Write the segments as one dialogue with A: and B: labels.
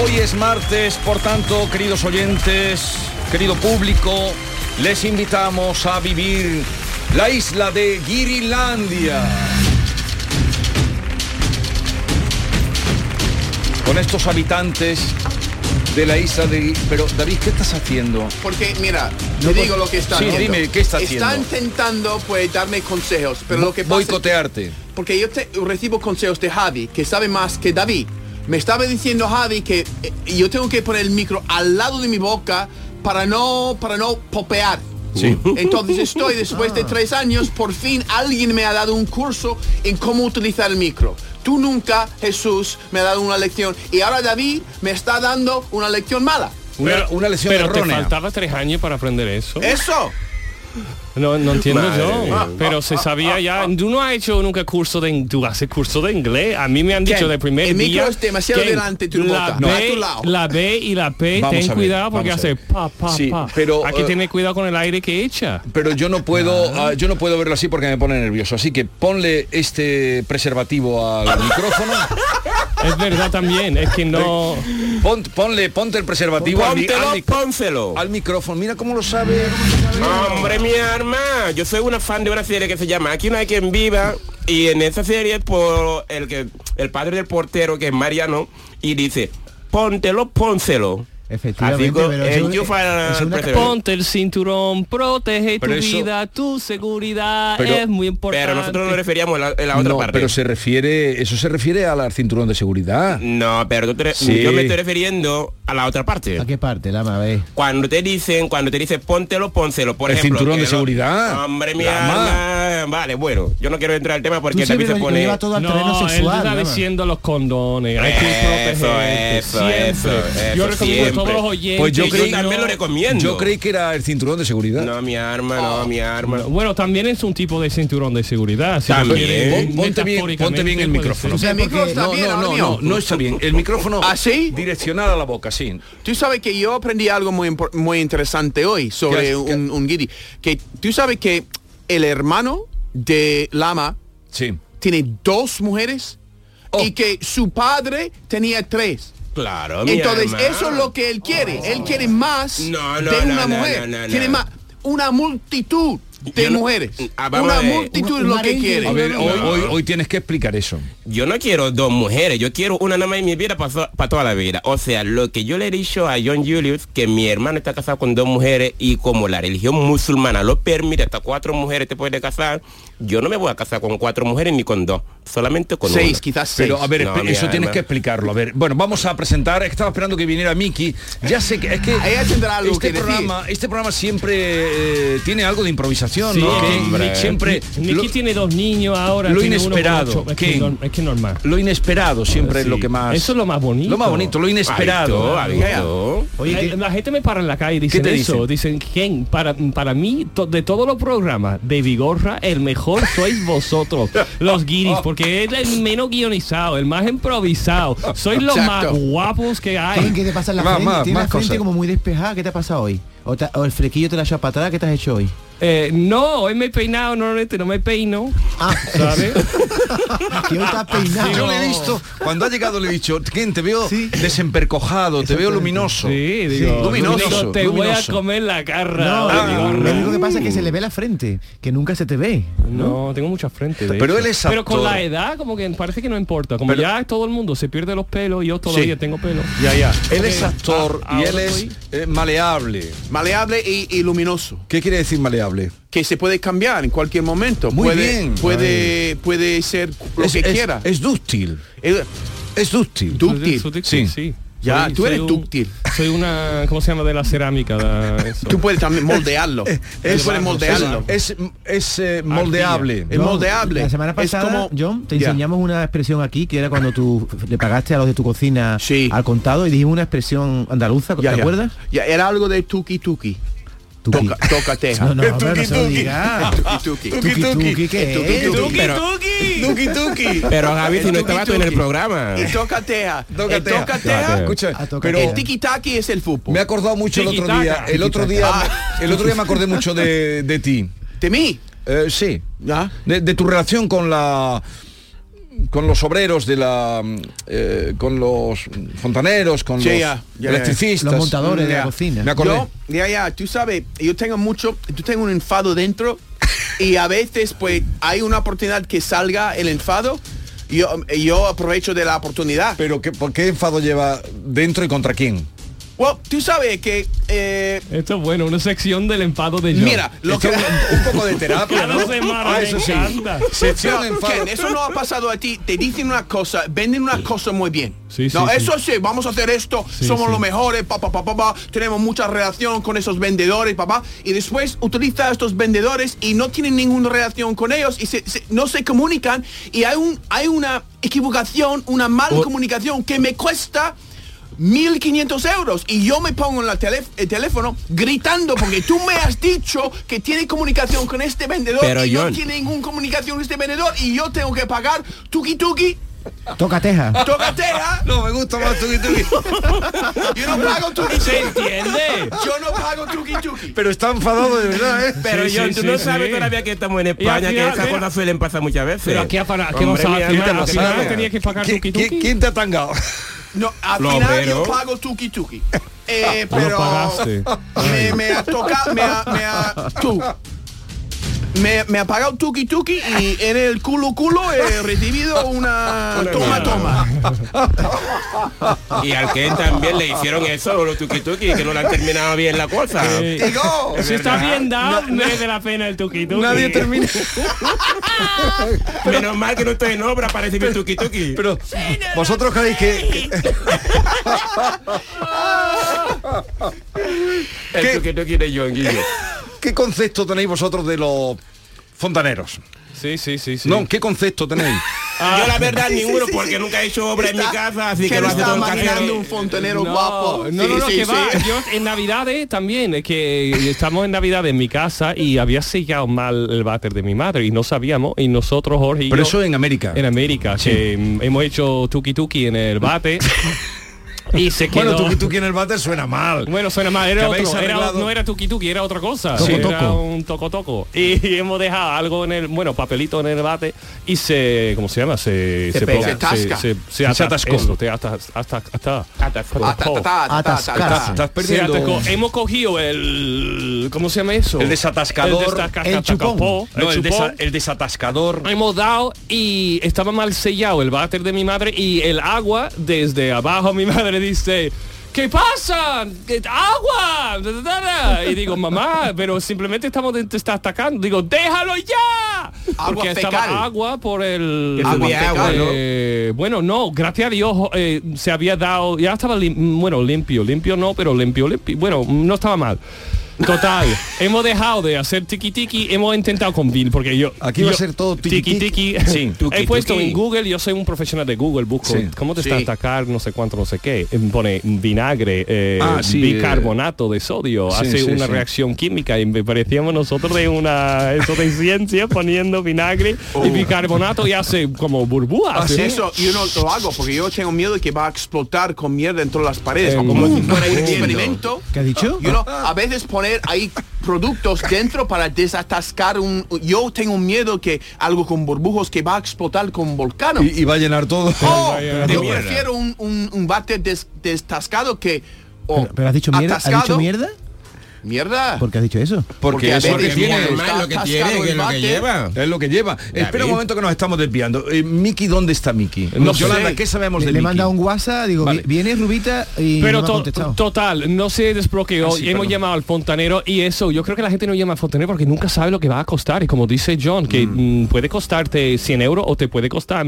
A: Hoy es martes, por tanto, queridos oyentes, querido público, les invitamos a vivir la isla de Girilandia. Con estos habitantes de la isla de... Pero David, ¿qué estás haciendo?
B: Porque mira,
A: No,
B: te
A: pues-
B: digo lo que está
A: sí,
B: haciendo.
A: dime, ¿qué está haciendo?
B: Está intentando pues darme consejos, pero lo que pasa es que-
A: Boicotearte.
B: porque yo te, recibo consejos de Javi, que sabe más que David. Me estaba diciendo Javi que eh, yo tengo que poner el micro al lado de mi boca para no para no popear.
C: Sí.
B: Entonces estoy después
A: Ah.
B: de tres años, por fin alguien me ha dado un curso en cómo utilizar el micro. Tú nunca, Jesús, me has dado una lección y ahora David me está dando una lección mala.
A: Una, una lesión
D: pero te
A: errónea. Eh,
D: faltaba tres años para aprender eso.
B: Eso.
D: No, no entiendo
B: Madre
D: yo.
B: mía.
D: Pero se sabía ya. Tú no has hecho nunca curso de in- tú haces curso de inglés. A mí me han dicho
B: Ken,
D: de primer
B: el micro
D: día.
B: es demasiado
D: Ken,
B: delante de tu
D: la
B: boca,
D: B,
B: no a tu lado.
D: La B y la P,
A: Vamos
D: ten
A: a ver,
D: cuidado porque
A: vamos a
D: hace
A: ver.
D: pa pa
A: Sí,
D: pa.
A: pero,
D: Hay que
A: eh,
D: tener cuidado con el aire que echa.
A: Pero yo no puedo, ah, yo no puedo verlo así porque me pone nervioso. Así que ponle este preservativo al micrófono.
D: Es verdad también, es que no.
A: Pon- ponle, ponte el preservativo al mi-
C: Póntelo,
A: al, mic-
C: pónselo.
A: al micrófono. Mira cómo lo sabe.
C: Hombre, mi arma. Yo soy una fan de una serie que se llama Aquí no hay quien viva. Y en esa serie por el que el padre del portero, que es Mariano, y dice, póntelo, pónselo. Así
E: Efectivamente,
C: con-
E: pero eso-
C: enchufa
E: eh, es
C: al
E: una-
C: preservativo.
D: Ponte el cinturón, protege
A: Pero
D: tu
A: eso-
D: vida, tu seguridad
A: Pero-
D: es muy importante.
C: Pero nosotros nos referíamos a la, a la otra
A: No,
C: parte.
A: pero se refiere, eso se refiere al cinturón de seguridad.
C: No, pero tú te re-
A: Sí.
C: yo me estoy refiriendo a la otra parte.
E: ¿A qué parte, Lama? A ver.
C: Cuando te dicen, cuando te dicen póntelo, pónselo, por
A: El
C: ejemplo.
A: cinturón
C: que
A: de seguridad.
C: Hombre, mi
A: Lama.
C: alma. Vale, bueno, yo no quiero entrar al tema
E: Tú
C: porque
E: siempre
C: también se
E: lo, lo
C: pone.
E: llevas todo al terreno
D: No, él
E: sexual.
D: está
E: Lama.
D: diciendo los condones. Hay que
C: Eso,
D: protegerte,
C: eso,
D: siempre.
C: eso,
D: Yo
C: eso,
D: recomiendo a todos
C: siempre.
D: los oyentes.
A: Pues yo
C: yo
A: creí-
C: también lo recomiendo.
A: Yo creí que era el cinturón de seguridad.
C: No, mi arma,
B: Ah.
C: no, mi arma.
D: Bueno, también es un tipo de cinturón de seguridad. si
C: También.
D: lo quieres,
A: Pon- ponte bien, ponte bien
D: metafóricamente
A: el micrófono.
D: puede ser.
E: sea,
B: El micro
E: porque-
B: está
A: no,
B: bien,
A: no,
B: ahora
A: no,
B: mío.
A: no, no está bien. El micrófono
B: ¿Ah, sí?
A: direccionado a la boca, sí.
B: Tú sabes que yo aprendí algo muy, impor- muy interesante hoy sobre
A: ¿Qué has- qué-
B: un, un guiri. Que tú sabes que el hermano de Lama
A: Sí.
B: tiene dos mujeres
A: Oh.
B: y que su padre tenía tres.
C: Claro, Oh, mi
B: Entonces,
C: arma.
B: eso es lo que él quiere. Él quiere más
C: No, no,
B: de
C: no,
B: una
C: no,
B: mujer.
C: no, no, no.
B: Tiene más. Una multitud de
C: Yo no-
B: mujeres.
C: Ah, vamos
B: una
C: a ver.
B: multitud
E: Un-
B: es
E: un
B: lo que
E: merengue.
B: quiere.
A: A ver,
C: No.
A: hoy, hoy- hoy tienes que explicar eso.
C: Yo no quiero dos mujeres, yo quiero una nada más en mi vida para toda la vida. O sea, lo que yo le he dicho a John Julius, que mi hermano está casado con dos mujeres y como la religión musulmana lo permite, hasta cuatro mujeres te puedes casar, yo no me voy a casar con cuatro mujeres ni con dos, solamente con
B: seis,
C: una.
B: quizás seis.
A: Pero a ver,
C: No,
A: espe-
C: mi
A: eso tienes
C: alma.
A: que explicarlo. A ver, bueno, vamos a presentar. Estaba esperando que viniera Miki. Ya sé que es que
B: Ella tendrá algo
A: este
B: que decir.
A: programa, este programa siempre eh, tiene algo de improvisación,
D: Sí,
A: ¿no?
D: que-
A: Que
C: hombre.
A: siempre
D: Nicky
A: lo,
D: tiene dos niños ahora.
A: lo
D: tiene uno con
A: inesperado,
D: ocho. Es que,
A: ¿qué?
D: nor- es que normal.
A: lo inesperado siempre es
D: Sí.
A: lo que más.
D: Eso es lo más bonito.
A: Lo más bonito, lo
C: Habito,
A: inesperado.
C: habito.
D: la, la gente me para en la calle y dicen
A: te
D: eso. Dicen, ¿quién? Para, para mí, to- de todos los programas de Vigorra, el mejor sois vosotros, los guiris, porque es el menos guionizado, el más improvisado. Sois los
B: Exacto.
D: más guapos que hay.
E: Ken, ¿Qué te pasa en la
A: Más,
E: frente?
A: más,
E: Tienes la
A: más
E: frente
A: cosas.
E: como muy despejada. ¿Qué te ha pasado hoy? ¿O, te- o el flequillo te la echado para atrás? ¿Qué te has hecho hoy?
D: Eh, no, hoy me he peinado, normalmente no me peino.
E: Ah,
D: ¿Sabes?
E: que hoy estás peinado.
A: Yo le he visto, cuando ha llegado le he dicho, ¿quién te veo
E: Sí.
A: desempercojado, te veo
E: Exactamente.
A: luminoso?
D: Sí, digo,
A: luminoso,
D: digo, te
A: luminoso.
D: voy a comer la garra.
E: No,
B: Ah,
D: de
E: lo
D: Vigorra.
E: único que pasa es que se le ve la frente, que nunca se te ve.
D: No, tengo mucha frente. de
A: Pero
D: hecho.
A: él es
D: Pero con
A: actor.
D: la edad, como que parece que no importa. Como
A: Pero-
D: ya todo el mundo se pierde los pelos, yo todavía tengo pelo.
A: Ya, ya. Él
D: Ok,
A: es actor
D: a-
A: y
D: ahora
A: él es
D: soy-
A: eh, maleable.
B: Maleable y, y luminoso.
A: ¿Qué quiere decir maleable?
B: Que se puede cambiar en cualquier momento.
A: Muy
B: puede,
A: bien.
B: Puede, puede ser lo que quiera. Eh,
A: Es dúctil.
B: Es
A: Es dúctil.
B: dúctil.
D: Su- su-
A: Sí.
D: sí.
B: Ya,
D: Soy-
B: tú
D: soy
B: eres
D: un-
B: dúctil.
D: Soy una, ¿cómo se llama? De la cerámica. la- eso.
B: Tú puedes también moldearlo.
A: Es-
B: tú puedes moldearlo.
A: Es, es, eh, moldeable.
B: Es moldeable.
E: La semana
B: Es
E: pasada,
B: como-
E: John, te
B: Ya.
E: enseñamos una expresión aquí, que era cuando tú le pagaste a los de tu cocina
B: Sí.
E: al contado y dijimos una expresión andaluza, ¿te
B: Ya, ya.
E: acuerdas?
B: Ya, era algo de tuki tuki.
E: Tuki.
B: Toca, toca teja.
E: No, no,
A: El
E: pero no se lo
A: tuki-tuki.
E: digas.
B: Tuki tuki.
E: Tuki, tuki, ¿qué es?
B: Tuki tuki.
C: Pero-
B: Tuki tuki.
C: Pero Javi, si
B: El
C: no estabas tú en el
B: tuki-tuki.
C: programa.
B: Y toca teja. El
A: Tócate.
B: toca teja.
A: Escucha,
E: Ah, tócate.
A: pero
B: El tiki taki es el fútbol.
A: me he acordado mucho el otro día.
D: Tiki-taka.
A: El otro día, el otro día me acordé mucho de, de ti.
B: De mí.
A: Eh, sí.
B: ¿Ya?
A: De, de tu relación con la con los obreros de la eh, con los fontaneros con
B: Sí,
A: los
B: ya, ya,
A: electricistas
E: Los montadores de
B: Ya.
E: la cocina.
A: me acordé
B: Yo, ya, ya, tú sabes, yo tengo mucho, yo tengo un enfado dentro y a veces pues hay una oportunidad que salga el enfado y yo, yo aprovecho de la oportunidad.
A: pero que por qué enfado lleva dentro y contra quién
B: Bueno, tú sabes que, eh,
D: Esto es bueno, una sección del enfado de John.
B: mira, lo que...
A: Esto es un, un poco de terapia
D: Cada
A: ¿no?
D: semana
A: Ah,
D: me
A: eso sí
D: encanta.
A: sección
B: No,
A: enfado
B: Ken, eso no ha pasado a ti. Te dicen una cosa, venden una cosa muy bien.
D: Sí, sí,
B: no,
D: sí.
B: eso sí, vamos a hacer esto,
D: Sí,
B: somos
D: sí.
B: los mejores, papá, papá, papá, tenemos mucha relación con esos vendedores, papá. Y después utiliza a estos vendedores y no tienen ninguna relación con ellos y se- se- no se comunican y hay, un, hay una equivocación, una mala comunicación que me cuesta... 1500 euros y yo me pongo en la telé- el teléfono gritando porque tú me has dicho que tiene comunicación con este vendedor
C: Pero,
B: y no
C: John,
B: tiene ningún comunicación con este vendedor y yo tengo que pagar tuki tuki,
E: Toca teja.
B: tocatea,
A: no me gusta más tuki tuki
B: yo no pago tuki
D: ¿Se
B: tuki,
D: entiende?
B: yo no pago tuki tuki.
A: pero está enfadado de verdad ¿eh?
C: Pero
D: Sí,
C: John,
D: sí,
C: tú
D: sí,
C: no
D: sí.
C: sabes todavía que estamos en España,
D: aquí,
C: que
D: ah,
C: esas
D: mira.
C: cosas suelen pasar muchas veces.
D: Pero aquí para que no
C: Hombre,
D: sabes,
C: mira,
D: hermano,
C: no
D: al
C: sabes.
D: final tenías que pagar
A: ¿Qui-
D: tuki
A: qui-
D: tuki.
A: quién te ha tangado
B: No, al
C: Lo
B: final
C: veo.
B: yo pago tuki tuki. Eh,
D: lo
B: pero
D: pagaste.
B: me, me ha tocado, me ha, me ha- tú. Me, me ha pagado tuki tuki y en el culo culo he recibido una
C: Una
B: toma
C: mierda.
B: toma.
C: Y al que también le hicieron eso, los tuki-tuki, que no le han terminado bien la cosa.
D: Eh,
B: Digo,
D: si está bien dado, merece la pena el tuki tuki.
A: nadie termina
C: Menos mal que no estoy en obra para recibir tuki-tuki.
A: pero vosotros creéis que
C: El tuki-tuki de John Guillo.
A: qué concepto tenéis vosotros de los fontaneros
D: Sí, sí, sí, sí.
A: no qué concepto tenéis
C: Yo la verdad ninguno, porque nunca he hecho obra en mi casa, así que
B: que
C: lo
B: no
C: hace todo el
B: está imaginando
C: casero.
B: un fontanero
D: no,
B: guapo.
D: No,
B: Sí,
D: no, no,
B: sí,
D: que
B: sí.
D: va. Yo en Navidades también, es que estamos en Navidades en mi casa y había sellado mal el váter de mi madre y no sabíamos y nosotros Jorge y
A: pero
D: yo,
A: eso en América
D: en América que mm, hemos hecho tuki tuki en el bate y se
A: Bueno,
D: quedó.
A: tú, tú quien el váter suena mal.
D: Bueno, suena mal,
A: Que
D: era
A: habéis
D: otro, era-
A: arreglado-
D: no era tuki tuki, era otra cosa.
E: Toco,
D: era
E: toco.
D: un toco toco. Y hemos dejado algo en el, bueno, papelito en el bate y se, ¿cómo se llama? Se,
B: Se pega. Se tasca.
D: Se,
A: Se
D: ata-
A: atascó.
D: eso, te hasta, hasta, hasta,
B: Ah, ta, ta, ta, ta, ta, ta.
E: Atascarse.
D: Se
A: Estás perdiendo.
D: atascó. Hemos cogido el. ¿Cómo se llama eso?
A: El desatascador.
D: El desatasca-
E: El chupón.
D: atacapó,
A: No, el,
D: el chupón.
A: desa- el desatascador.
D: Hemos dado y estaba mal sellado el váter de mi madre y el agua desde abajo mi madre dice. ¿Qué pasa? ¿Qué- ¡Agua! Da, da, da. Y digo, mamá, pero simplemente estamos te está atacando. Digo, déjalo ya.
B: Agua
D: Porque
B: fecal.
D: estaba agua por el...
B: Agua fecal, ¿no?
D: Eh, bueno, no, gracias a Dios eh, se había dado, ya estaba lim- bueno, limpio, limpio no, pero limpio, limpio, bueno, no estaba mal. Total, hemos dejado de hacer tiki tiki, hemos intentado con Bill, porque yo
A: Aquí va a
D: yo-
A: ser todo tiki
D: tiki. tiki.
C: Sí, tuki,
D: He puesto
C: tuki.
D: en Google, yo soy un profesional de Google, busco
A: Sí.
D: cómo te
B: Sí.
D: está a atacar, no sé cuánto, no sé qué. Em, Pone vinagre, eh,
A: Ah, sí,
D: bicarbonato de sodio,
A: sí,
D: hace
A: sí,
D: una
A: sí.
D: reacción química y me parecíamos nosotros de una eso de ciencia poniendo vinagre
A: Uh.
D: y bicarbonato y hace como burbuja.
B: Ah,
D: hace-
B: sí, Eso yo no lo hago porque yo tengo miedo de que va a explotar con mierda dentro de las paredes.
D: Eh,
B: como
D: no,
B: si
D: no,
B: fuera un
D: no.
B: experimento.
E: ¿Qué ha dicho?
B: Yo no, a veces poner ahí productos dentro para desatascar un. Yo tengo miedo que algo con burbujos que va a explotar con volcano.
A: Y, y va a llenar todo.
B: Oh,
D: Pero-
B: yo
D: pero-
B: prefiero un, un, un váter des- destascado que. o
E: Pero, pero has dicho mierda, ¿has
B: atascado.
E: dicho mierda?
B: Mierda.
E: ¿Por qué has dicho eso?
A: Porque,
B: a
A: eso es lo
B: veces
A: que tiene.
B: cuando
C: Normal,
B: está
C: lo que
B: atascado
C: tiene,
B: el
C: que es lo que
B: váter,
C: lleva.
A: Es lo que lleva. Espera un
C: ves?
A: momento que nos estamos desviando. Eh, Miki, ¿dónde está Miki?
D: No
A: Yolanda,
B: sé.
A: ¿qué sabemos de
E: Le, le
A: Miki?
E: manda un WhatsApp, digo,
D: Vale.
E: "Vi- viene Rubita y
D: Pero
E: no me ha
D: to-
E: contestado.
D: total, no se desbloqueó.
A: Ah, sí,
D: Hemos
A: perdón.
D: llamado al fontanero y eso. Yo creo que la gente no llama al fontanero porque nunca sabe lo que va a costar. Y como dice John, que mm, puede costarte 100 euros o te puede costar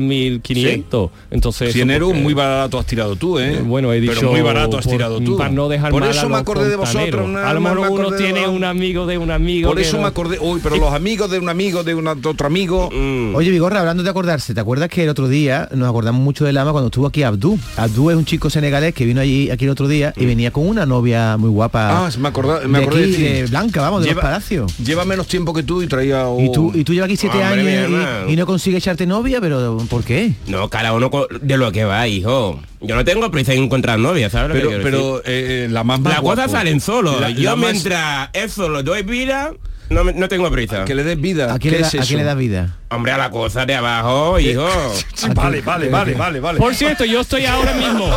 D: 1500. Entonces...
A: 100
D: eso
A: euros,
D: porque-
A: muy barato has tirado tú, ¿eh?
D: Bueno, he dicho
A: Pero muy barato has
D: por-
A: tirado tú.
D: Para no dejar
A: Por
D: mal a
A: eso me
D: los
A: acordé de vosotros.
D: fontaneros.
A: no,
D: a lo
A: no
D: mejor
A: me
D: uno
A: acordé de
D: tiene
A: los-
D: un amigo de un amigo.
A: Por
D: que
A: eso
D: no-
A: me acordé. Uy, pero los amigos de un amigo, de, una- de otro
E: Mm.
A: amigo.
E: Oye, Vigorra, hablando de acordarse, ¿te acuerdas que el otro día nos acordamos mucho de Lama cuando estuvo aquí Abdú? Abdú es un chico senegalés que vino allí aquí el otro día y venía con una novia muy guapa.
A: Mm. Ah, se me acordé, me
E: de
A: acordé
E: aquí,
A: de ti.
E: de Blanca, vamos, de los palacios.
A: Lleva menos tiempo que tú y traía un...
E: Y tú, y tú llevas aquí siete
C: Hombre, mi
E: años
C: hermano.
E: y, y no consigues echarte novia, pero ¿por qué?
C: No, cada uno co- de lo que va, hijo. Yo no tengo prisa en encontrar novia, ¿sabes? lo que
A: Pero,
C: quiero decir?
A: pero eh, eh, la más
C: las cosas salen solo.
A: La-
C: Yo
A: la más-
C: mientras eso lo doy vida, no, me- no tengo prisa.
A: Ah, Que le des vida.
E: ¿A quién,
A: ¿Qué
E: le da,
A: es
E: a quién le
A: eso?
E: das vida?
C: Hombre, a la cosa de abajo,
A: Eh,
C: hijo.
A: Sí, vale, vale, vale, vale, vale.
D: Por cierto, yo estoy ahora mismo.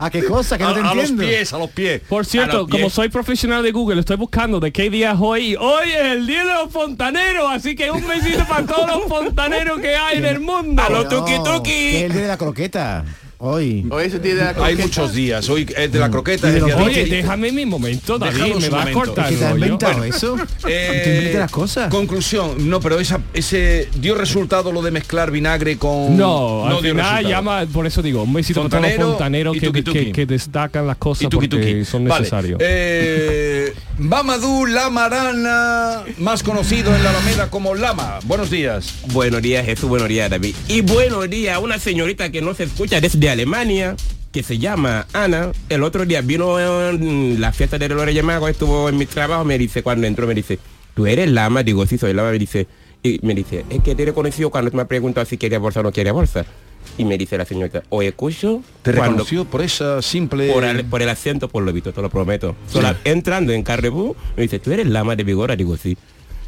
E: ¿A qué cosa? Que
A: a,
E: no te
A: a los
E: entiendo.
A: pies, a los pies.
D: Por
C: A
D: cierto,
C: los diez.
D: como soy profesional de Google, estoy buscando de qué día es hoy. y Hoy es el día de los fontaneros, así que un besito para todos los fontaneros que hay en el mundo.
C: A los
E: No,
C: tuki
E: que es
C: tuki.
E: el día de la croqueta. Hoy.
B: O eso Oh, tiene la
A: Hay
B: croqueta.
A: muchos días. Hoy es de la croqueta.
E: Mm. Y de
A: es
E: los
A: día de-
D: Oye, déjame mi momento, David,
A: Déjanos
D: me
A: un
D: vas a
A: momento.
D: cortar.
E: ¿Qué te has
D: el rollo.
E: inventado
D: Bueno,
E: eso?
A: Eh,
E: ¿Te inventas las cosas?
A: Conclusión, no, pero esa, ese dio resultado lo de mezclar vinagre con.
D: No, al
A: dio
D: final
A: resultado.
D: llama, por eso digo, un besito para todos los
A: Fontanero
D: fontaneros
A: y
D: que,
A: tuki, tuki.
D: que- que destacan las cosas
A: Y tuki,
D: porque
A: tuki.
D: son
A: Vale,
D: necesarios.
A: eh, Mamadou Lamarana, más conocido en la Alameda como Lama. Buenos días.
C: Buenos días, Jesús. Buenos días, David. Y buenos días a una señorita que no se escucha desde Alemania, que se llama Ana. El otro día vino en la fiesta de Dolores Yamago, estuvo en mi trabajo, me dice, cuando entró, me dice, ¿tú eres lama? Digo, sí, soy lama. Me dice, y me dice, es que te he reconocido cuando me ha preguntado si quería bolsa o no quería bolsa. Y me dice la señorita, o escucho
A: Te
C: cuando
A: reconoció por esa simple.
C: por el, por el acento, por lo visto, te lo prometo. Sola- entrando en Carrefour, me dice, ¿tú eres lama de Vigora? Digo, sí.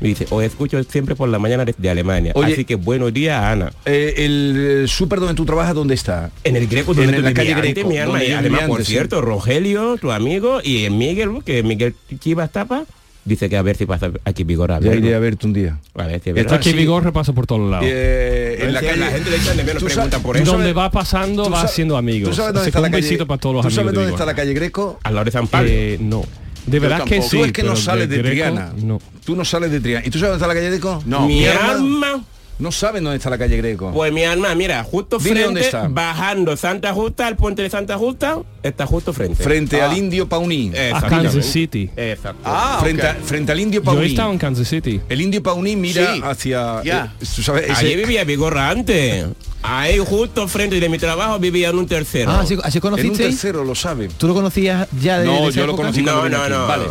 C: Me dice, os escucho siempre por la mañana desde Alemania.
A: Oye-
C: Así que buenos días, Ana.
A: Eh, el eh, súper donde tú trabajas, ¿dónde está?
C: En el Greco,
A: En
C: donde
A: la
C: tú
A: calle
C: vivías antes,
A: Greco,
C: mi alma.
A: donde
C: Y
A: yo
C: además,
A: vivía
C: por
A: antes, sí.
C: cierto, Rogelio, tu amigo, y Miguel, que Miguel Chivas Tapa, dice que a ver si pasa aquí Vigora. A
A: Ya
C: ver,
A: iré a verte un día.
C: a ver si es
D: Está
C: verdad.
D: aquí
A: sí.
D: Vigor repasa por todos lados.
A: Eh, en la
C: Decía,
A: calle
C: la gente le echan de menos,
A: ¿Tú sabes-
C: preguntan por
A: tú
C: eso.
D: Donde
A: sabes-
D: va pasando,
A: tú
D: va
A: sabes-
D: haciendo amigos.
A: ¿Tú sabes dónde
D: Así
A: está
D: que
A: la
D: un
A: calle?
D: besito para todos los
A: ¿Tú sabes
D: amigos de
A: dónde está
D: Vigor.
A: la calle Greco?
C: A la hora de San Pablo.
D: Eh, no. De verdad que
B: tampoco.
D: sí.
A: tú es que no
D: pero
A: sales de,
D: Greco,
A: Triana.
D: No.
A: Tú no sales de Triana. ¿Y tú sabes dónde está la calle Greco?
B: No.
C: mi
A: Mi alma.
C: alma.
A: No saben dónde está la calle Greco.
C: Pues mi alma, mira, justo
A: Dile
C: frente,
A: dónde está.
C: bajando Santa Justa, el puente de Santa Justa, está justo frente.
A: frente al Indio Pauní. Eh,
D: A
C: Exactamente.
D: Ah, Kansas City.
C: Exacto.
B: Ah,
A: frente,
B: ok.
A: a- frente al Indio
D: Yo he
A: Pauní.
D: estado en Kansas City.
A: El Indio Pauní mira
B: Sí.
A: hacia...
B: Ya.
A: eh, tú sabes, ese-
C: Allí vivía Vigorra antes. Ahí justo frente de mi trabajo vivía en un tercero.
E: Ah, ¿así, así
A: en un
E: conociste?
A: tercero lo sabe.
E: ¿Tú lo conocías ya Ah, de,
A: No,
E: de esa
A: yo lo
E: época?
A: conocí cuando
C: No,
A: vine
C: no,
A: aquí.
C: no.
A: Vale.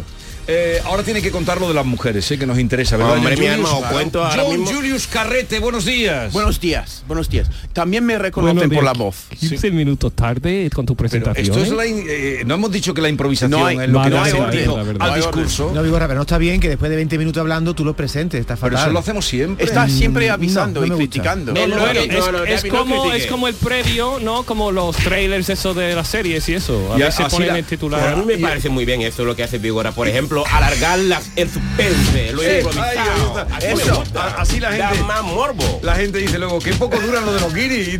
A: Eh, ahora tiene que contar lo de las mujeres, sé que nos interesa, ¿verdad?
C: Hombre,
A: John
C: mi
A: Julius?
C: alma, os cuento ahora
A: John
C: mismo.
A: Julius Carrete, buenos días.
B: Buenos días, buenos días. También me reconocen
D: Buenos
B: por la
D: días.
B: voz.
D: 15 minutos tarde con tu
A: Pero
D: presentación.
A: esto es
D: ¿eh?
A: la in- eh, no hemos dicho que la improvisación
B: No hay-
A: es lo que
D: no
A: da
D: hay orden,
A: sentido
D: la verdad.
A: al
B: No hay
A: discurso.
E: No, Vigorra, pero no está bien que después de 20 minutos hablando tú lo presentes, está
A: pero
E: fatal.
A: eso lo hacemos siempre.
B: Estás siempre
E: no,
B: avisando
E: Mm, no me
B: y
E: gusta.
B: criticando.
C: No, no,
D: Bueno,
C: David,
D: es,
C: no, no,
D: es
C: David, no
D: como,
C: critique.
D: es como el previo, ¿no? Como los trailers eso de las series y eso. A
A: Y a-
D: veces
A: así
D: ponen
A: la-
D: el
C: Pero a mí
D: titular.
C: me parece muy bien eso lo que hace Vigora. Por ejemplo, alargar las- el suspense, lo
A: Sí, ahí, ahí
C: improvisado.
A: está.
C: Así me
A: Eso,
C: gusta.
A: a- así la gente-
C: Da más morbo.
A: La gente dice luego, qué poco duran lo de los guiris.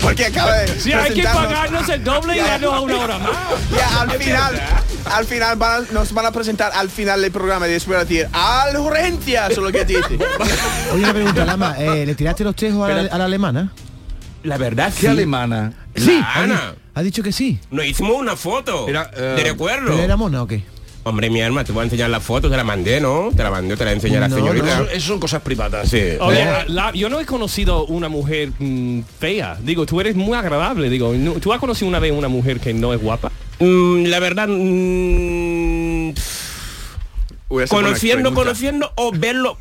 A: Porque acaba de
D: Si hay que pagarnos el doble y darnos a una hora más.
B: Ya, al final, al final van a- nos van a presentar al final del programa y después van a decir ¡Al urgencias! o lo que dice.
E: Oye, una pregunta, Lama, eh, ¿le tiraste los tejos a la, a la alemana?
C: La verdad
A: Qué
C: sí.
A: alemana.
C: La Ana.
E: Ha dicho que sí.
C: Nos hicimos una foto.
A: Era, eh,
C: de recuerdo.
E: ¿Pero era mona o qué?
C: Hombre, mi alma, te voy a enseñar la foto, te la mandé, ¿no? Te la mandé, te la enseñé a la
E: No,
C: señorita.
A: Eso, eso son cosas privadas.
C: Sí.
D: Oye, la- yo no he conocido una mujer mm, fea. Digo, tú eres muy agradable. Digo, no- ¿tú has conocido una vez una mujer que no es guapa?
C: Mm, la verdad, mm,
B: Uy, esa es buena
C: conociendo,
B: pregunta.
C: conociendo o verlo.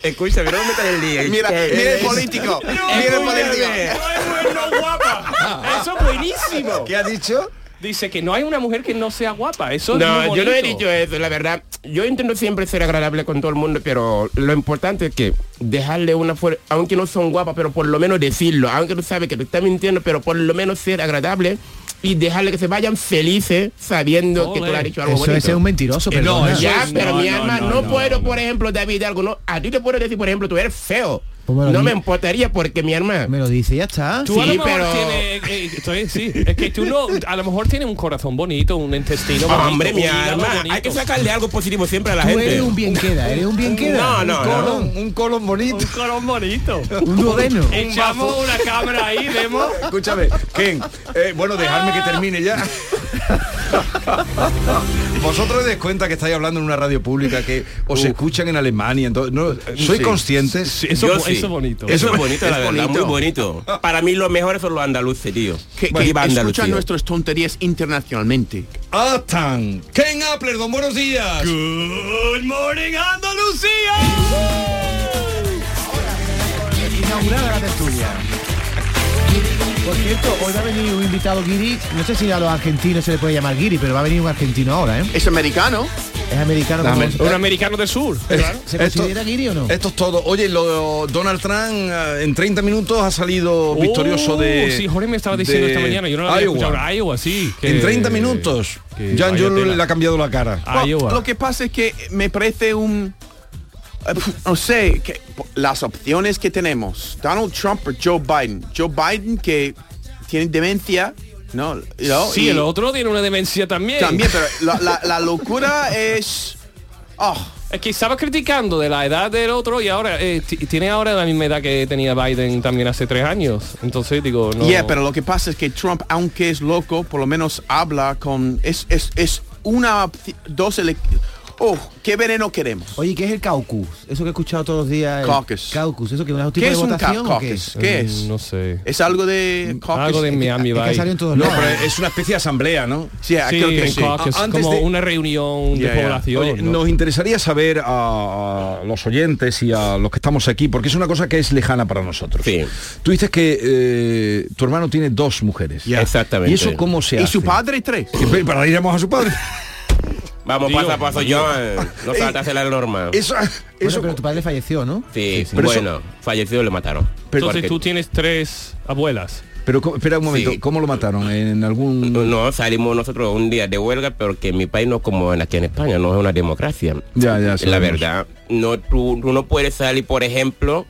C: Escúchame, no me metas en el día.
B: Mira,
C: Eh,
B: mira el
C: eh,
B: político. Mira el
C: Escúchame.
B: político.
D: es no guapa. Eso es buenísimo.
A: ¿Qué ha dicho?
D: Dice que no hay una mujer que no sea guapa. Eso es muy
C: No, yo no he
D: bonito.
C: dicho eso, la verdad. Yo intento siempre ser agradable con todo el mundo, pero lo importante es que dejarle una fuerza, aunque no son guapas, pero por lo menos decirlo, aunque tú sabes que te está mintiendo, pero por lo menos ser agradable y dejarle que se vayan felices sabiendo que tú le
D: Ole.
C: has dicho algo
E: Eso
C: bonito.
E: es ser un mentiroso,
A: Eh, no,
E: perdona.
A: eso
C: Ya,
A: es-
C: pero
D: no,
C: mi
D: no,
C: alma, no,
D: no, no,
C: puedo,
D: no.
C: por ejemplo, David, algo, no, a ti te puedo decir, por ejemplo, tú eres feo.
E: Pues me lo
C: no
E: di-
C: me importaría porque mi alma...
E: Me lo dice, ya está.
D: Tú
C: Sí,
D: a lo mejor
C: pero-
D: tienes- eh, estoy- sí, es que tú no, a lo mejor tienes un corazón bonito, un intestino bonito,
C: Ah, Hombre, mi
D: un hígado
C: alma,
D: bonito.
C: hay que sacarle algo positivo siempre a la
E: Tú
C: gente.
E: eres un bien queda, eres un bien queda.
C: No, no,
E: un
C: no.
E: colon, un colon bonito,
D: Un corazón bonito.
E: un duodeno.
D: Echamos una cámara ahí, vemos.
A: Escúchame, Ken, eh, bueno, dejadme que termine ya. Vosotros os dais cuenta que estáis hablando en una radio pública que os escuchan en Alemania. Entonces, no, ¿Sois
C: Sí.
A: conscientes?
D: Eso,
C: Yo
D: eso
C: sí.
D: bonito.
C: Eso es bonito,
A: Es
C: la verdad,
A: bonito.
C: muy bonito. Para mí los mejores son los andaluces, tío.
B: Que,
C: Bueno,
B: que
C: viva Andalucía.
B: escuchan nuestras tonterías internacionalmente.
A: Atan. Ken Appler, don buenos días.
D: Good morning, Andalucía.
E: Inaugurada la tertulia. Por cierto, hoy va a venir un invitado guiri. No sé si a los argentinos se le puede llamar guiri, pero va a venir un argentino ahora, ¿eh?
B: Es americano.
E: Es americano.
A: Dame-
E: como-
D: Un americano del sur.
E: ¿Se considera guiri o no?
A: Esto es todo. Oye, lo, Donald Trump eh, en 30 minutos ha salido victorioso de.
D: Oh, Sí, Jorge me estaba diciendo
A: de
D: esta mañana, yo no lo había
A: Iowa.
D: escuchado. Iowa, sí. que-
A: En 30 minutos,
D: que
A: Jan
D: vaya
A: Yul
D: tela. Ah,
A: le ha cambiado la cara.
C: Oh,
D: Iowa.
B: Lo que pasa es que me parece un... eh, No sé, que las opciones que tenemos, Donald Trump o Joe Biden. Joe Biden que tiene demencia, ¿no? ¿no?
D: Sí,
B: Y
D: el otro tiene una demencia también.
B: También, pero la, la- la locura es... Oh,
D: Es Eh, que estaba criticando de la edad del otro y ahora eh, ti- tiene ahora la misma edad que tenía Biden también hace tres años. Entonces digo, no.
B: Yeah, pero lo que pasa es que Trump, aunque es loco, por lo menos habla con... Es, es, es una... opci- Dos ele- Oh, qué veneno queremos.
E: Oye, ¿qué es el caucus? Eso que he escuchado todos los días. el
B: Caucus.
E: Caucus, eso que es un tipo
B: ¿Qué
E: de
B: es un ca-
E: votación o qué?
B: caucus?
E: Es
B: ¿Qué
D: Mm,
B: es?
D: No sé.
B: Es algo de...
D: Algo de
B: caucus-
D: Miami
E: que ha
D: Vice.
E: salido en todos
A: No,
E: lados.
A: pero
C: eh,
A: es una especie de asamblea, ¿no?
B: ah, Sí,
F: Ah,
D: Sí,
B: creo que
D: en
B: sí.
D: caucus,
A: A- antes
D: como
A: de-
D: una reunión
A: Ya,
D: de
A: ya.
D: población.
A: Oye,
D: ¿no?
A: Nos interesaría saber a, a los oyentes y a los que estamos aquí, porque es una cosa que es lejana para nosotros.
C: Sí.
A: Tú dices que eh, tu hermano tiene dos mujeres.
C: Ya. Exactamente.
A: ¿Y eso cómo se hace?
B: Ah, Y su padre tres.
A: Que pe- Para iremos a su padre.
C: Vamos,
D: Dios
C: paso a paso,
D: mío.
C: John. No saltase la norma.
A: Eso,
E: Bueno,
A: eso
E: pero tu padre falleció, ¿no?
C: Sí,
A: Pero
C: bueno, fallecido le mataron.
A: Pero-
D: Entonces
C: Porque-
D: tú tienes tres abuelas.
A: Pero co- espera un momento,
C: Sí.
A: ¿cómo lo mataron? ¿En algún...?
C: No, salimos nosotros un día de huelga porque mi país no es como en- aquí en España, no es una democracia.
A: Ya, ya,
C: La
A: sabemos.
C: verdad, no, tú, tú no puedes salir, por ejemplo,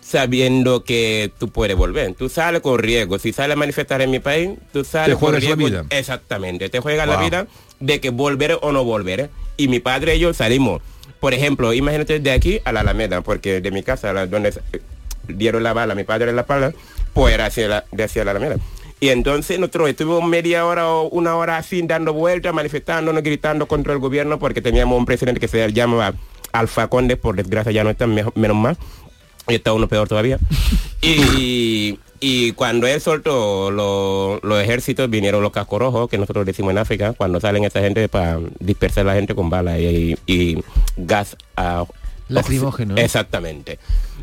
C: sabiendo que tú puedes volver. Tú sales con riesgo. Si sales a manifestar en mi país, tú sales
A: Te
C: con
A: juegas la
C: riesgo.
A: vida.
C: Exactamente, te juegas la
A: Wow.
C: vida de que volver o no volver. Y mi padre y yo salimos. Por ejemplo, imagínate de aquí a la Alameda, porque de mi casa, la- donde eh, dieron la bala, mi padre en la pala, pues era hacia la, de hacia la Alameda. Y entonces nosotros estuvimos media hora o una hora así dando vueltas, manifestándonos, gritando contra el gobierno, porque teníamos un presidente que se llamaba Alfa Conde, por desgracia ya no está, mejo- menos mal. Y está uno peor todavía. Y, y cuando él soltó lo- los ejércitos, vinieron los cascorojos, que nosotros decimos en África, cuando salen esta gente para dispersar la gente con balas y, y gas a...
E: Lacrimógeno.
C: Exactamente.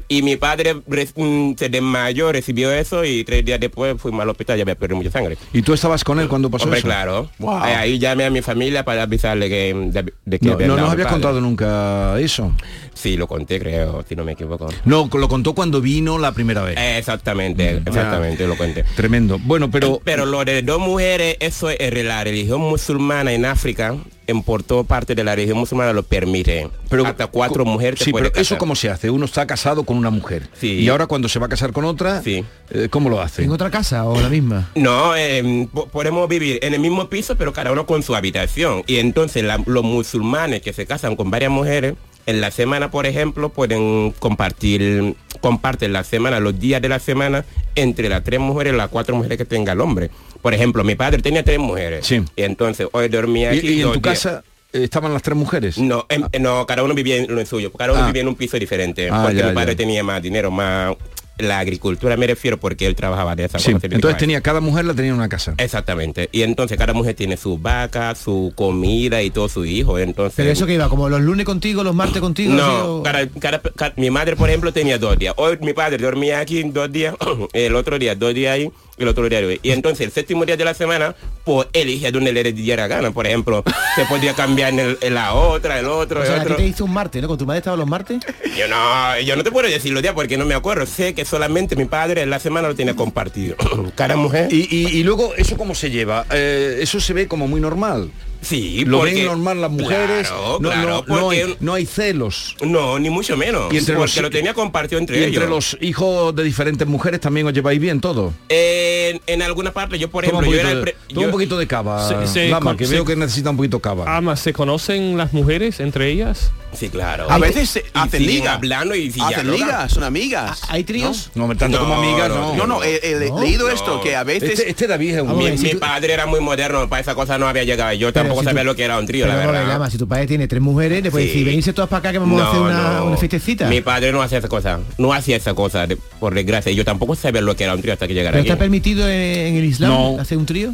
C: Y mi padre re- mm, se desmayó, recibió eso y tres días después fuimos al hospital, ya había perdido mucha sangre.
A: ¿Y tú estabas con él cuando pasó
C: Hombre,
A: eso?
C: claro.
A: Wow.
C: Eh, Ahí llamé a mi familia para avisarle que... De, de que
A: No,
C: había
A: no
C: dado
A: nos
C: mi
A: habías
C: padre.
A: contado nunca eso.
C: Sí, lo conté, creo, si no me equivoco.
A: No, lo contó cuando vino la primera vez.
C: Eh. Exactamente, exactamente, lo conté.
A: Tremendo. Bueno, pero...
C: Pero lo de dos mujeres, eso es el- la religión musulmana en África, en por toda parte de la religión musulmana lo permite.
A: Pero,
C: Hasta cuatro
A: co-
C: mujeres se
A: Sí,
C: puede
A: pero eso
C: casar.
A: cómo se hace. Uno está casado con una mujer.
C: Sí.
A: Y ahora cuando se va a casar con otra,
C: Sí.
A: eh, ¿cómo lo hace?
E: ¿En otra casa o la misma?
C: No, eh, po- podemos vivir en el mismo piso, pero cada uno con su habitación. Y entonces la- los musulmanes que se casan con varias mujeres, en la semana, por ejemplo, pueden compartir, comparten la semana, los días de la semana, entre las tres mujeres, las cuatro mujeres que tenga el hombre. Por ejemplo, mi padre tenía tres mujeres.
A: Sí.
C: Y entonces hoy dormía
A: ¿Y,
C: aquí.
A: y en
C: dos
A: tu
C: días.
A: casa eh, estaban las tres mujeres?
C: No, em- no, cada uno vivía en lo suyo, cada uno
A: Ah.
C: vivía en un piso diferente,
A: Ah,
C: porque
A: ya,
C: mi padre
A: ya.
C: tenía más dinero, más la agricultura me refiero porque él trabajaba de esa
A: Sí.
C: forma, se dedicaba a
A: Entonces
C: eso.
A: tenía cada mujer la tenía en una casa.
C: Eh. Exactamente. Y entonces cada mujer tiene su vaca, su comida y todo su hijo. Entonces.
E: Pero eso que iba, como los lunes contigo, los martes contigo. así,
C: no,
E: o-
C: cada- cada- cada- mi madre, por ejemplo, tenía dos días. Hoy mi padre dormía aquí dos días, el otro día dos días ahí, el otro día de hoy. Y entonces el séptimo día de la semana, pues elige donde le diera gana. Por ejemplo, se podía cambiar en, el- en la otra, el otro,
E: O
C: el
E: sea, a ti
C: otro.
E: te hizo un martes, ¿no? Con tu madre estaba los martes.
C: Yo no, yo no te puedo decir los días porque no me acuerdo. Sé que solamente mi padre en la semana lo tiene compartido. Cara mujer.
A: Y, y- y luego, ¿eso cómo se lleva? Eh, eso se ve como muy normal.
C: Sí,
A: Lo
C: porque-
A: ven normal las mujeres.
C: Claro,
A: no,
C: claro,
A: no- no hay,
C: porque-
A: no hay celos.
C: No, ni mucho menos.
A: Y entre los-
C: porque lo tenía compartido entre
A: Y
C: ellos.
A: entre los hijos de diferentes mujeres también os lleváis bien todo.
C: En, en alguna parte, yo por
A: Toma un
C: ejemplo, yo
A: poquito,
C: era el
A: de,
C: pre-
A: toma
C: yo-
A: un poquito de cava,
D: Se- se
A: Lama,
D: con- Ah,
A: que
D: se-
A: veo que necesita un poquito de cava.
D: Ama, ¿se conocen las mujeres entre ellas?
C: Sí, claro.
B: A veces se-
C: Y
B: hacen
C: siguen
B: liga.
C: hablando y si
B: Hacen
C: dialogan.
B: ligas, son amigas.
E: ¿Hay tríos?
A: no, tanto como
C: No,
A: amigas,
C: no,
A: no.
B: Yo no, he, he le-
E: No,
B: leído
C: no.
B: esto, que a veces...
A: Este, este David es un
C: Mi,
E: Vamos, si
C: mi
E: tú-
C: padre era muy moderno, para esa cosa no había llegado. Yo
E: Pero
C: tampoco
E: si tú-
C: sabía lo que era un trío, la
E: Pero vamos a
C: verdad.
E: ver, Lama, si tu padre tiene tres mujeres, le puedes
C: Sí.
E: decir, venirse todas para acá que vamos a hacer una,
C: no.
E: una fiestecita.
C: Mi padre no hacía esa cosa, no hacía esa cosa, de- por desgracia. Y Yo tampoco sabía lo que era un trío hasta que llegara
E: ¿Pero
C: aquí.
E: está permitido en, en el Islam
A: No.
E: hacer un trío?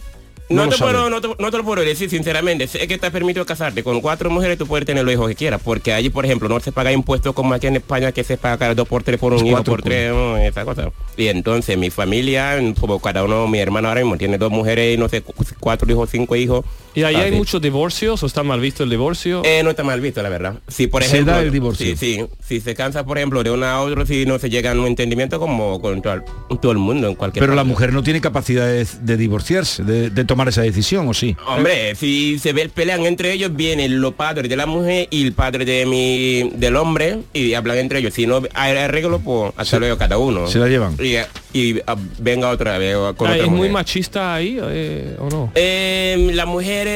C: No,
A: no
C: te
A: lo sabe.
C: puedo, no, te, no te lo puedo decir sinceramente. Sé que está permitido casarte con cuatro mujeres, tú puedes tener los hijos que quieras. Porque allí, por ejemplo, no se paga impuestos como aquí en España, que se paga dos por tres por un hijo,
A: cuatro,
C: por tres, no, esa cosa. Y entonces mi familia, como cada uno, mi hermano ahora mismo tiene dos mujeres y no sé, cu- cuatro hijos, cinco hijos.
D: ¿Y ahí hay
C: Así.
D: muchos divorcios o está mal visto el divorcio?
C: Ah, Eh, no está mal visto, la verdad. Si por
A: Se
C: ejemplo,
A: da el divorcio.
C: Sí, sí. Si se cansa, por ejemplo, de una a otra, si no se llega a un entendimiento como con todo, el- todo el mundo en cualquier
A: Pero la
C: parte.
A: mujer no tiene capacidad de, de divorciarse, de, de tomar esa decisión, ¿o sí?
C: Hombre, si se ve pelean entre ellos, vienen los padres de la mujer y el padre de mi, del hombre y hablan entre ellos. Si no hay arreglo, pues hasta luego cada uno.
A: se la llevan.
C: Y, y, ah, venga otra vez o con
D: Ah,
C: otra
D: ¿Es muy
C: mujer.
D: machista ahí eh, o no?
C: Eh, las mujeres,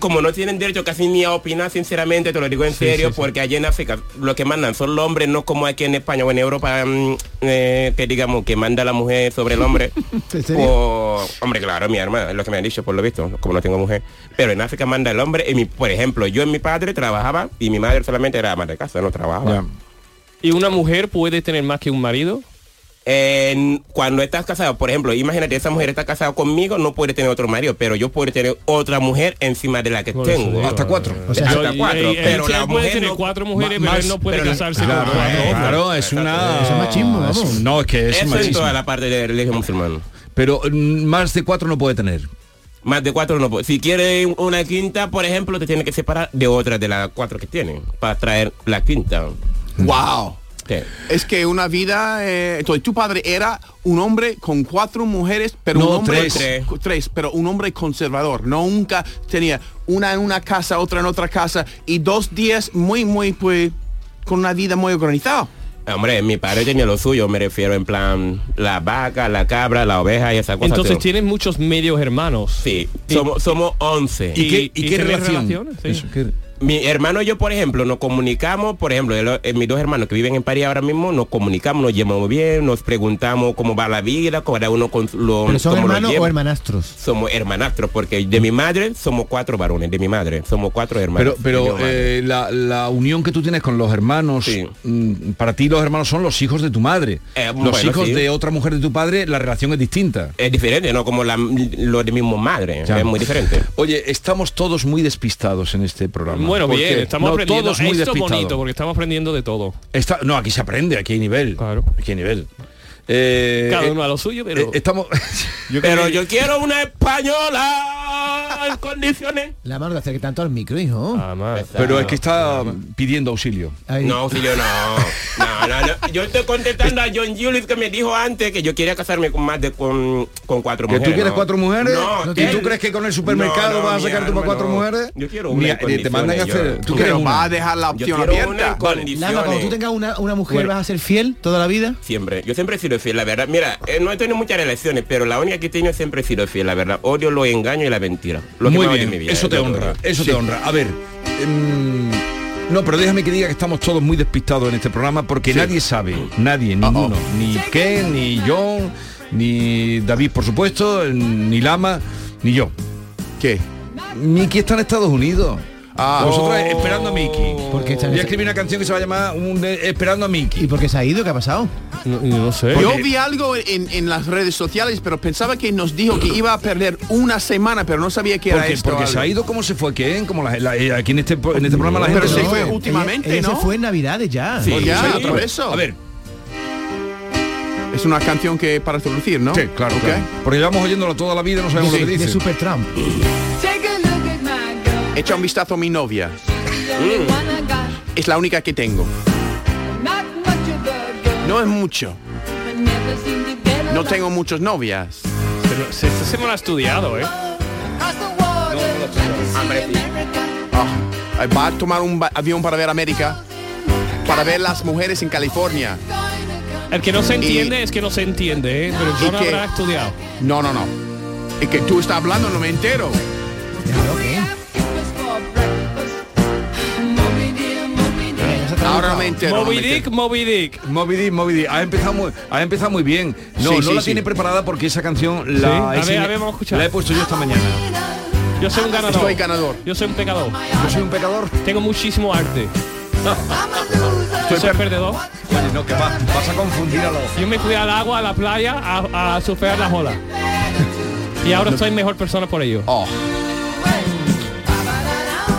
C: como no tienen derecho casi ni a opinar, sinceramente, te lo digo en serio, porque allí en África lo que mandan son los hombres, no como aquí en España o en Europa, mm, eh, que digamos que manda la mujer sobre el hombre.
E: ¿En serio?
C: O- hombre, claro, mi hermana, es lo que me han dicho, por lo visto, como no tengo mujer. Pero en África manda el hombre, y mi, por ejemplo, yo en mi padre trabajaba y mi madre solamente era ama de casa, no trabajaba.
A: Ya.
D: ¿Y una mujer puede tener más que un marido?
C: En- cuando estás casado, por ejemplo, imagínate, esa mujer está casada conmigo, no puede tener otro marido, pero yo puedo tener otra mujer encima de la que
D: Por eso
C: tengo.
D: digo,
A: Hasta cuatro.
E: O sea,
C: hasta
D: y-
C: cuatro,
D: y-
C: pero
D: él
C: la
D: puede
C: mujer
D: tener
C: no-
D: cuatro mujeres,
C: ma-
D: pero él
C: más-
D: no puede
C: pero-
D: casarse
A: Claro,
D: con cuatro.
A: eh,
D: hombres.
A: claro, es una...
E: Eso es machismo,
A: es un-
E: vamos.
A: no, es que es
C: Eso en
A: machismo.
C: toda la parte de religión musulmana.
A: Pero mm, más de cuatro no puede tener.
C: Más de cuatro no puede. Si quieres una quinta, por ejemplo, te tiene que separar de otra de las cuatro que tienen para traer la quinta.
B: ¡Wow!
C: Sí.
B: Es que una vida... eh, entonces, tu padre era un hombre con cuatro mujeres, pero
A: No,
B: un hombre...
A: tres.
C: Tres.
B: con- tres, pero un hombre conservador. No Nunca tenía una en una casa, otra en otra casa, y dos días muy, muy, pues, con una vida muy organizada.
C: Hombre, mi padre tenía lo suyo, me refiero en plan la vaca, la cabra, la oveja y esa cosa.
D: Entonces
C: pero-
D: tienes muchos medios hermanos.
C: Sí, somos, somos 11.
A: ¿Y,
D: Y-
A: qué, y
D: y
A: qué
D: tener
A: relación?
D: relaciones, sí.
A: Eso, ¿qué-
C: Mi hermano y yo, por ejemplo, nos comunicamos, por ejemplo, el- eh, mis dos hermanos que viven en París ahora mismo, nos comunicamos, nos llevamos bien, nos preguntamos cómo va la vida, cada uno con lo,
E: ¿Pero son
C: cómo lo
E: hermanos
C: lleva.
E: o hermanastros?
C: Somos hermanastros, porque de mi madre somos cuatro varones, de mi madre, somos cuatro hermanos.
A: Pero, pero
C: de mi madre.
A: eh, la, la unión que tú tienes con los hermanos,
C: Sí.
A: mm, para ti los hermanos son los hijos de tu madre.
C: Eh,
A: los
C: bueno,
A: hijos
C: sí.
A: de otra mujer de tu padre, la relación es distinta.
C: es diferente, ¿no? Como la, lo de mi madre,
A: Ya.
C: es muy diferente.
A: Oye, estamos todos muy despistados en este programa.
D: Bueno,
A: Porque-
D: bien, estamos
A: no,
D: aprendiendo
A: todos muy
D: esto es
A: despistados.
D: bonito porque estamos aprendiendo de todo.
A: Está- no, aquí se aprende, aquí hay nivel.
D: Claro.
A: Aquí hay nivel. Eh,
D: Cada
A: eh,
D: uno a lo suyo, pero
A: eh, estamos.
C: pero yo quiero una española en condiciones.
E: La mano de hacer tanto al micro, hijo.
D: Ah, más.
A: pero es que está pidiendo auxilio.
E: Ay,
C: No, auxilio, no. No, no, no. Yo estoy contestando a John Julius que me dijo antes que yo quería casarme con más de con, con cuatro
A: Que
C: mujeres.
A: tú quieres
C: ¿no?
A: cuatro mujeres
C: No,
A: y tú
C: él-
A: crees que con el supermercado
C: No, no,
A: vas a
C: mi
A: sacar tú para
C: hermano,
A: cuatro
C: no.
A: mujeres.
C: Yo quiero una
A: Ni-
C: en
A: te mandan a
C: condiciones,
A: hacer.
C: yo-
A: Tú quieres
B: Pero va
A: una.
B: a dejar la
C: Yo
B: opción
C: quiero una
B: abierta.
C: en condiciones.
E: Lama, cuando tú tengas una, una mujer,
A: Bueno.
E: ¿vas a ser fiel toda la vida?
C: Siempre. Yo siempre he sido fiel, la verdad. Mira, eh, no he tenido muchas relaciones, pero la única que he tenido siempre he sido fiel, la verdad. Odio los engaños y la mentira. Lo que
A: Muy
C: más odio
A: bien,
C: en mi vida,
A: eso
C: eh,
A: te
C: yo
A: honra,
C: creo.
A: eso te honra. A ver, em, no, pero déjame que diga que estamos todos muy despistados en este programa porque nadie sabe, nadie, ninguno, ni Ken, ni John, ni David, por supuesto, ni Lama, ni yo.
B: ¿Qué?
A: Miki está en Estados Unidos.
B: Ah.
A: Vosotros esperando a Miki.
E: ¿Por qué está en
A: Voy a
E: ese-
A: escribir una canción que se va a llamar un de- Esperando a
E: ¿Y
A: Miki.
E: por qué se ha ido? ¿Qué ha pasado?
D: no, no sé.
B: Yo vi algo en, en las redes sociales, pero pensaba que nos dijo que iba a perder una semana, pero no sabía que era
A: Porque,
B: esto.
A: porque
B: algo.
A: se ha ido como se fue Ken, como la- la- eh, aquí en este, pro- en este programa la gente
B: Pero se
A: no-
B: fue
E: ella-
B: últimamente,
E: ella
B: ¿no?
E: se fue en Navidades ya.
C: Sí.
B: Ya,
A: se ha ido
B: por
A: otra vez.
B: eso.
A: A ver,
B: Es una canción que para introducir, ¿no?
A: Sí, claro,
B: Ok.
A: claro. Porque llevamos oyéndola toda la vida y no sabemos lo que dice.
E: de Super Trump.
B: Echa un vistazo a mi novia. Es la única que tengo. No es mucho. No tengo muchas novias.
D: Se lo- se- Esta semana ha estudiado, ¿eh?
B: Ah, va a tomar un ba- avión para ver América. Para ver las mujeres en California.
D: El que no se entiende
B: Y-
D: es que no se entiende, ¿eh? Pero
B: ¿Y
D: John
B: qué?
D: habrá estudiado.
B: No, no, no. Es que tú estás hablando, no me entero. Ahora no me entero. no me
D: Moby
B: entero.
D: Dick, Moby Dick.
A: Moby Dick, Moby Dick. Ha empezado muy, ha empezado muy bien. No,
B: Sí,
A: no
B: sí,
A: la
B: sí.
A: tiene preparada porque esa canción
D: Sí, a
A: la, he
D: ver,
A: enseñado-
D: a ver, vamos a escuchar.
A: la he puesto yo esta mañana.
D: Yo soy un ganador.
B: Soy ganador.
D: Yo soy un pecador.
A: Yo soy un pecador.
D: Tengo muchísimo arte. Soy perdedor.
A: Oye, no, que va- vas a confundir a los...
D: Yo me fui al agua, a la playa, a, a surfear las olas. Y ahora soy mejor persona por ello.
B: Oh.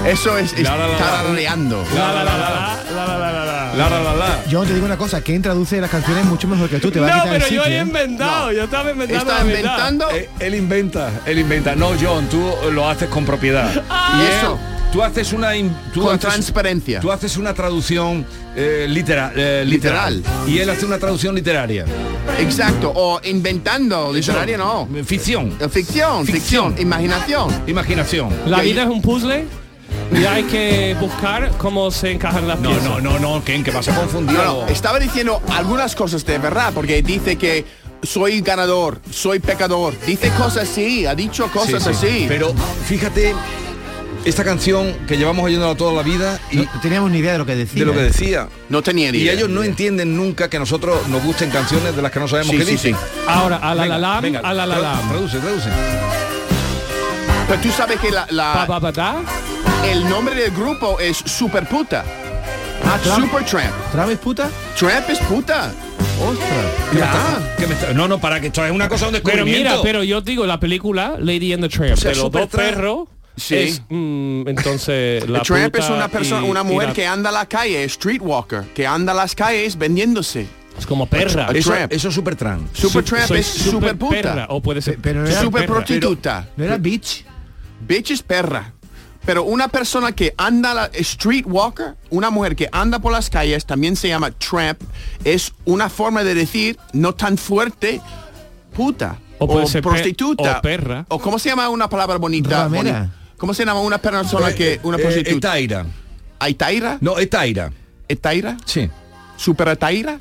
B: Eso es, es
D: La, la, la, la.
B: tarareando.
D: La, la, la, la, la, la, la, la, la.
A: La, la, la, la.
E: Yo te digo una cosa, que traduce las canciones mucho mejor que tú, te va a
D: No,
E: quitar
D: pero
E: el
D: yo
E: sitio.
D: he
E: ¿eh?
D: inventado, yo estaba inventando.
B: Está
D: la mitad.
B: inventando
A: Eh, él inventa, él inventa. No, John, tú lo haces con propiedad.
B: y eso
A: Tú haces una... in- Tú
B: con
A: haces-
B: transparencia.
A: Tú haces una traducción eh, litera- eh, literal,
B: Literal.
A: y él hace una traducción literaria.
B: Exacto. O inventando. Literaria
F: Oh.
B: no.
A: Ficción,
F: Eh.
B: Ficción, ficción, imaginación.
A: imaginación.
D: La
B: Yo-
D: vida es un puzzle y hay que buscar cómo se encajan las
A: No,
D: piezas.
A: no, no, no, Ken, que vas a confundir.
B: No,
A: a
B: no,
A: los-
B: estaba diciendo algunas cosas de verdad, porque dice que soy ganador, soy pecador. Dice cosas así, ha dicho
A: Sí,
B: cosas
A: sí.
B: así.
A: Pero fíjate, esta canción que llevamos oyéndola toda la vida y
E: No teníamos ni idea de lo que decía.
A: de lo que
E: ¿eh?
A: decía.
B: no tenía ni
A: Y
B: idea.
A: ellos no entienden nunca que a nosotros nos gusten canciones de las que no sabemos
B: Sí,
A: qué
B: sí,
A: dicen.
B: sí.
D: Ahora, a la
A: Venga,
D: la lam,
A: venga,
D: a la la
A: tra-
D: lam.
A: Traduce, traduce.
B: Pero tú sabes que la- la-
D: Pa, pa, pa, da.
B: el nombre del grupo es Super Puta.
E: Ah, Trump.
B: Super Tramp.
E: ¿Trump es puta?
B: Tramp es puta.
E: Ostras.
A: ¿Qué me
B: Ya.
A: está- qué me está- no, no, para que esto es una cosa de un
D: Pero mira,
A: descubrimiento.
D: pero yo digo, la película Lady and the Tramp,
A: sea,
D: de los dos
A: Supertramp-
D: perros,
B: Sí.
D: es, mm, entonces, la
B: Tramp es
D: puta
B: una persona,
D: y-
B: una
D: y
B: mujer
D: la-
B: que anda a la calle, streetwalker, que anda a las calles vendiéndose.
D: Es como perra.
B: a-
D: Es-
A: eso,
B: Tramp.
A: eso es super trans.
B: Super
D: su-
B: Tramp
D: soy
B: es super puta.
D: perra, o puede ser
E: pero no era
B: super
D: perra.
B: prostituta.
E: ¿No era bitch?
B: Bitch es perra. Pero una persona que anda a la street walker, una mujer que anda por las calles, también se llama tramp, es una forma de decir no tan fuerte puta
D: O puede ser pe-
B: prostituta
D: o perra.
B: o cómo se llama una palabra bonita.
E: Ramera.
B: Boni- ¿Cómo se llama una persona que una
A: Eh,
B: prostituta?
A: Etaira.
B: ¿Aitaira?
A: No, Etaira.
B: ¿Etaira?
A: Sí.
B: ¿Super Ataira?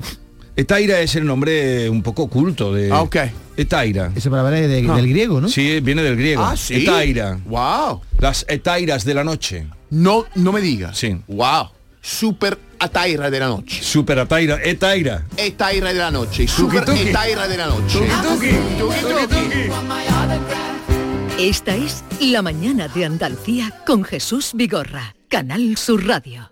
A: Etaira es el nombre eh, un poco oculto de...
B: Ah, ok.
A: Etaira.
E: Esa palabra es de- del griego, ¿no?
A: Sí, viene del griego.
B: Ah, sí.
A: Etaira.
B: Wow.
A: Las etairas de la noche.
B: No, no me digas.
A: Sí.
B: Wow. Super Ataira de la noche.
A: Super Ataira. Etaira.
B: Etaira de la noche. Super
A: Tuki, tuki.
B: Etaira de la noche. Tuki, tuki.
G: Esta es La mañana de Andalucía con Jesús Vigorra, Canal Sur Radio.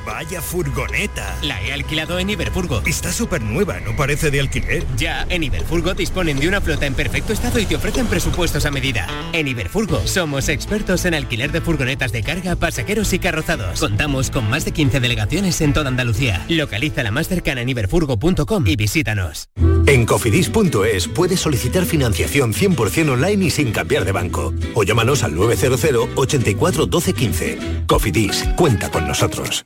H: ¡Vaya furgoneta!
I: La he alquilado en Iberfurgo.
H: Está súper nueva, no parece de alquiler.
I: Ya, en Iberfurgo disponen de una flota en perfecto estado y te ofrecen presupuestos a medida. En Iberfurgo somos expertos en alquiler de furgonetas de carga, pasajeros y carrozados. Contamos con más de 15 delegaciones en toda Andalucía. Localiza la más cercana en iberfurgo.com y visítanos.
J: En cofidis.es puedes solicitar financiación 100% online y sin cambiar de banco. O llámanos al 900 84 12 15. Cofidis, cuenta con nosotros.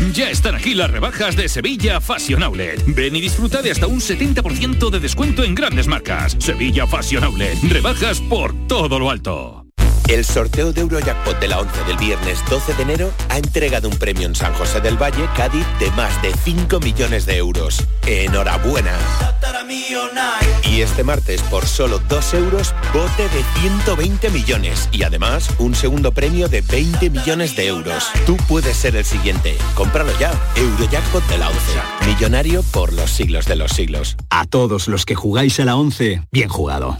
H: Ya están aquí las rebajas de Sevilla Fashion Outlet. Ven y disfruta de hasta un 70% de descuento en grandes marcas. Sevilla Fashion Outlet. Rebajas por todo lo alto.
K: El sorteo de Eurojackpot de la 11 del viernes 12 de enero ha entregado un premio en San José del Valle, Cádiz, de más de 5 millones de euros. ¡Enhorabuena! Y este martes, por solo 2 euros, bote de 120 millones y además un segundo premio de 20 millones de euros. Tú puedes ser el siguiente. Cómpralo ya. Eurojackpot de la 11. Millonario por los siglos de los siglos.
L: A todos los que jugáis a la 11, bien jugado.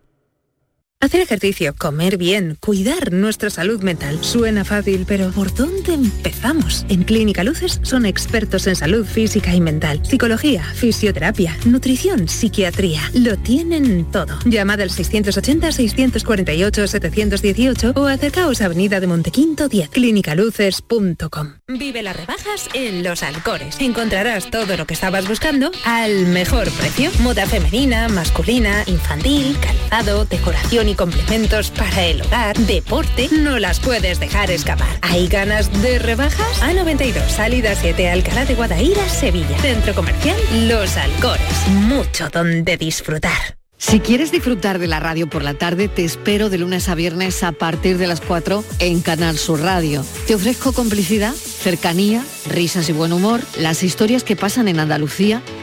M: Hacer ejercicio, comer bien, cuidar nuestra salud mental. Suena fácil, pero ¿por dónde empezamos? En Clínica Luces son expertos en salud física y mental, psicología, fisioterapia, nutrición, psiquiatría. Lo tienen todo. Llamad al 680-648-718 o acercaos a Avenida de Montequinto 10, clínicaluces.com.
N: Vive las rebajas en Los Alcores. Encontrarás todo lo que estabas buscando al mejor precio. Moda femenina, masculina, infantil, calzado, decoración y complementos para el hogar, deporte. No las puedes dejar escapar. ¿Hay ganas de rebajas? A92, salida 7, Alcalá de Guadaira, Sevilla. Centro comercial Los Alcores. Mucho donde disfrutar.
O: Si quieres disfrutar de la radio por la tarde, te espero de lunes a viernes a partir de las 4 en Canal Sur Radio. Te ofrezco complicidad, cercanía, risas y buen humor, las historias que pasan en Andalucía,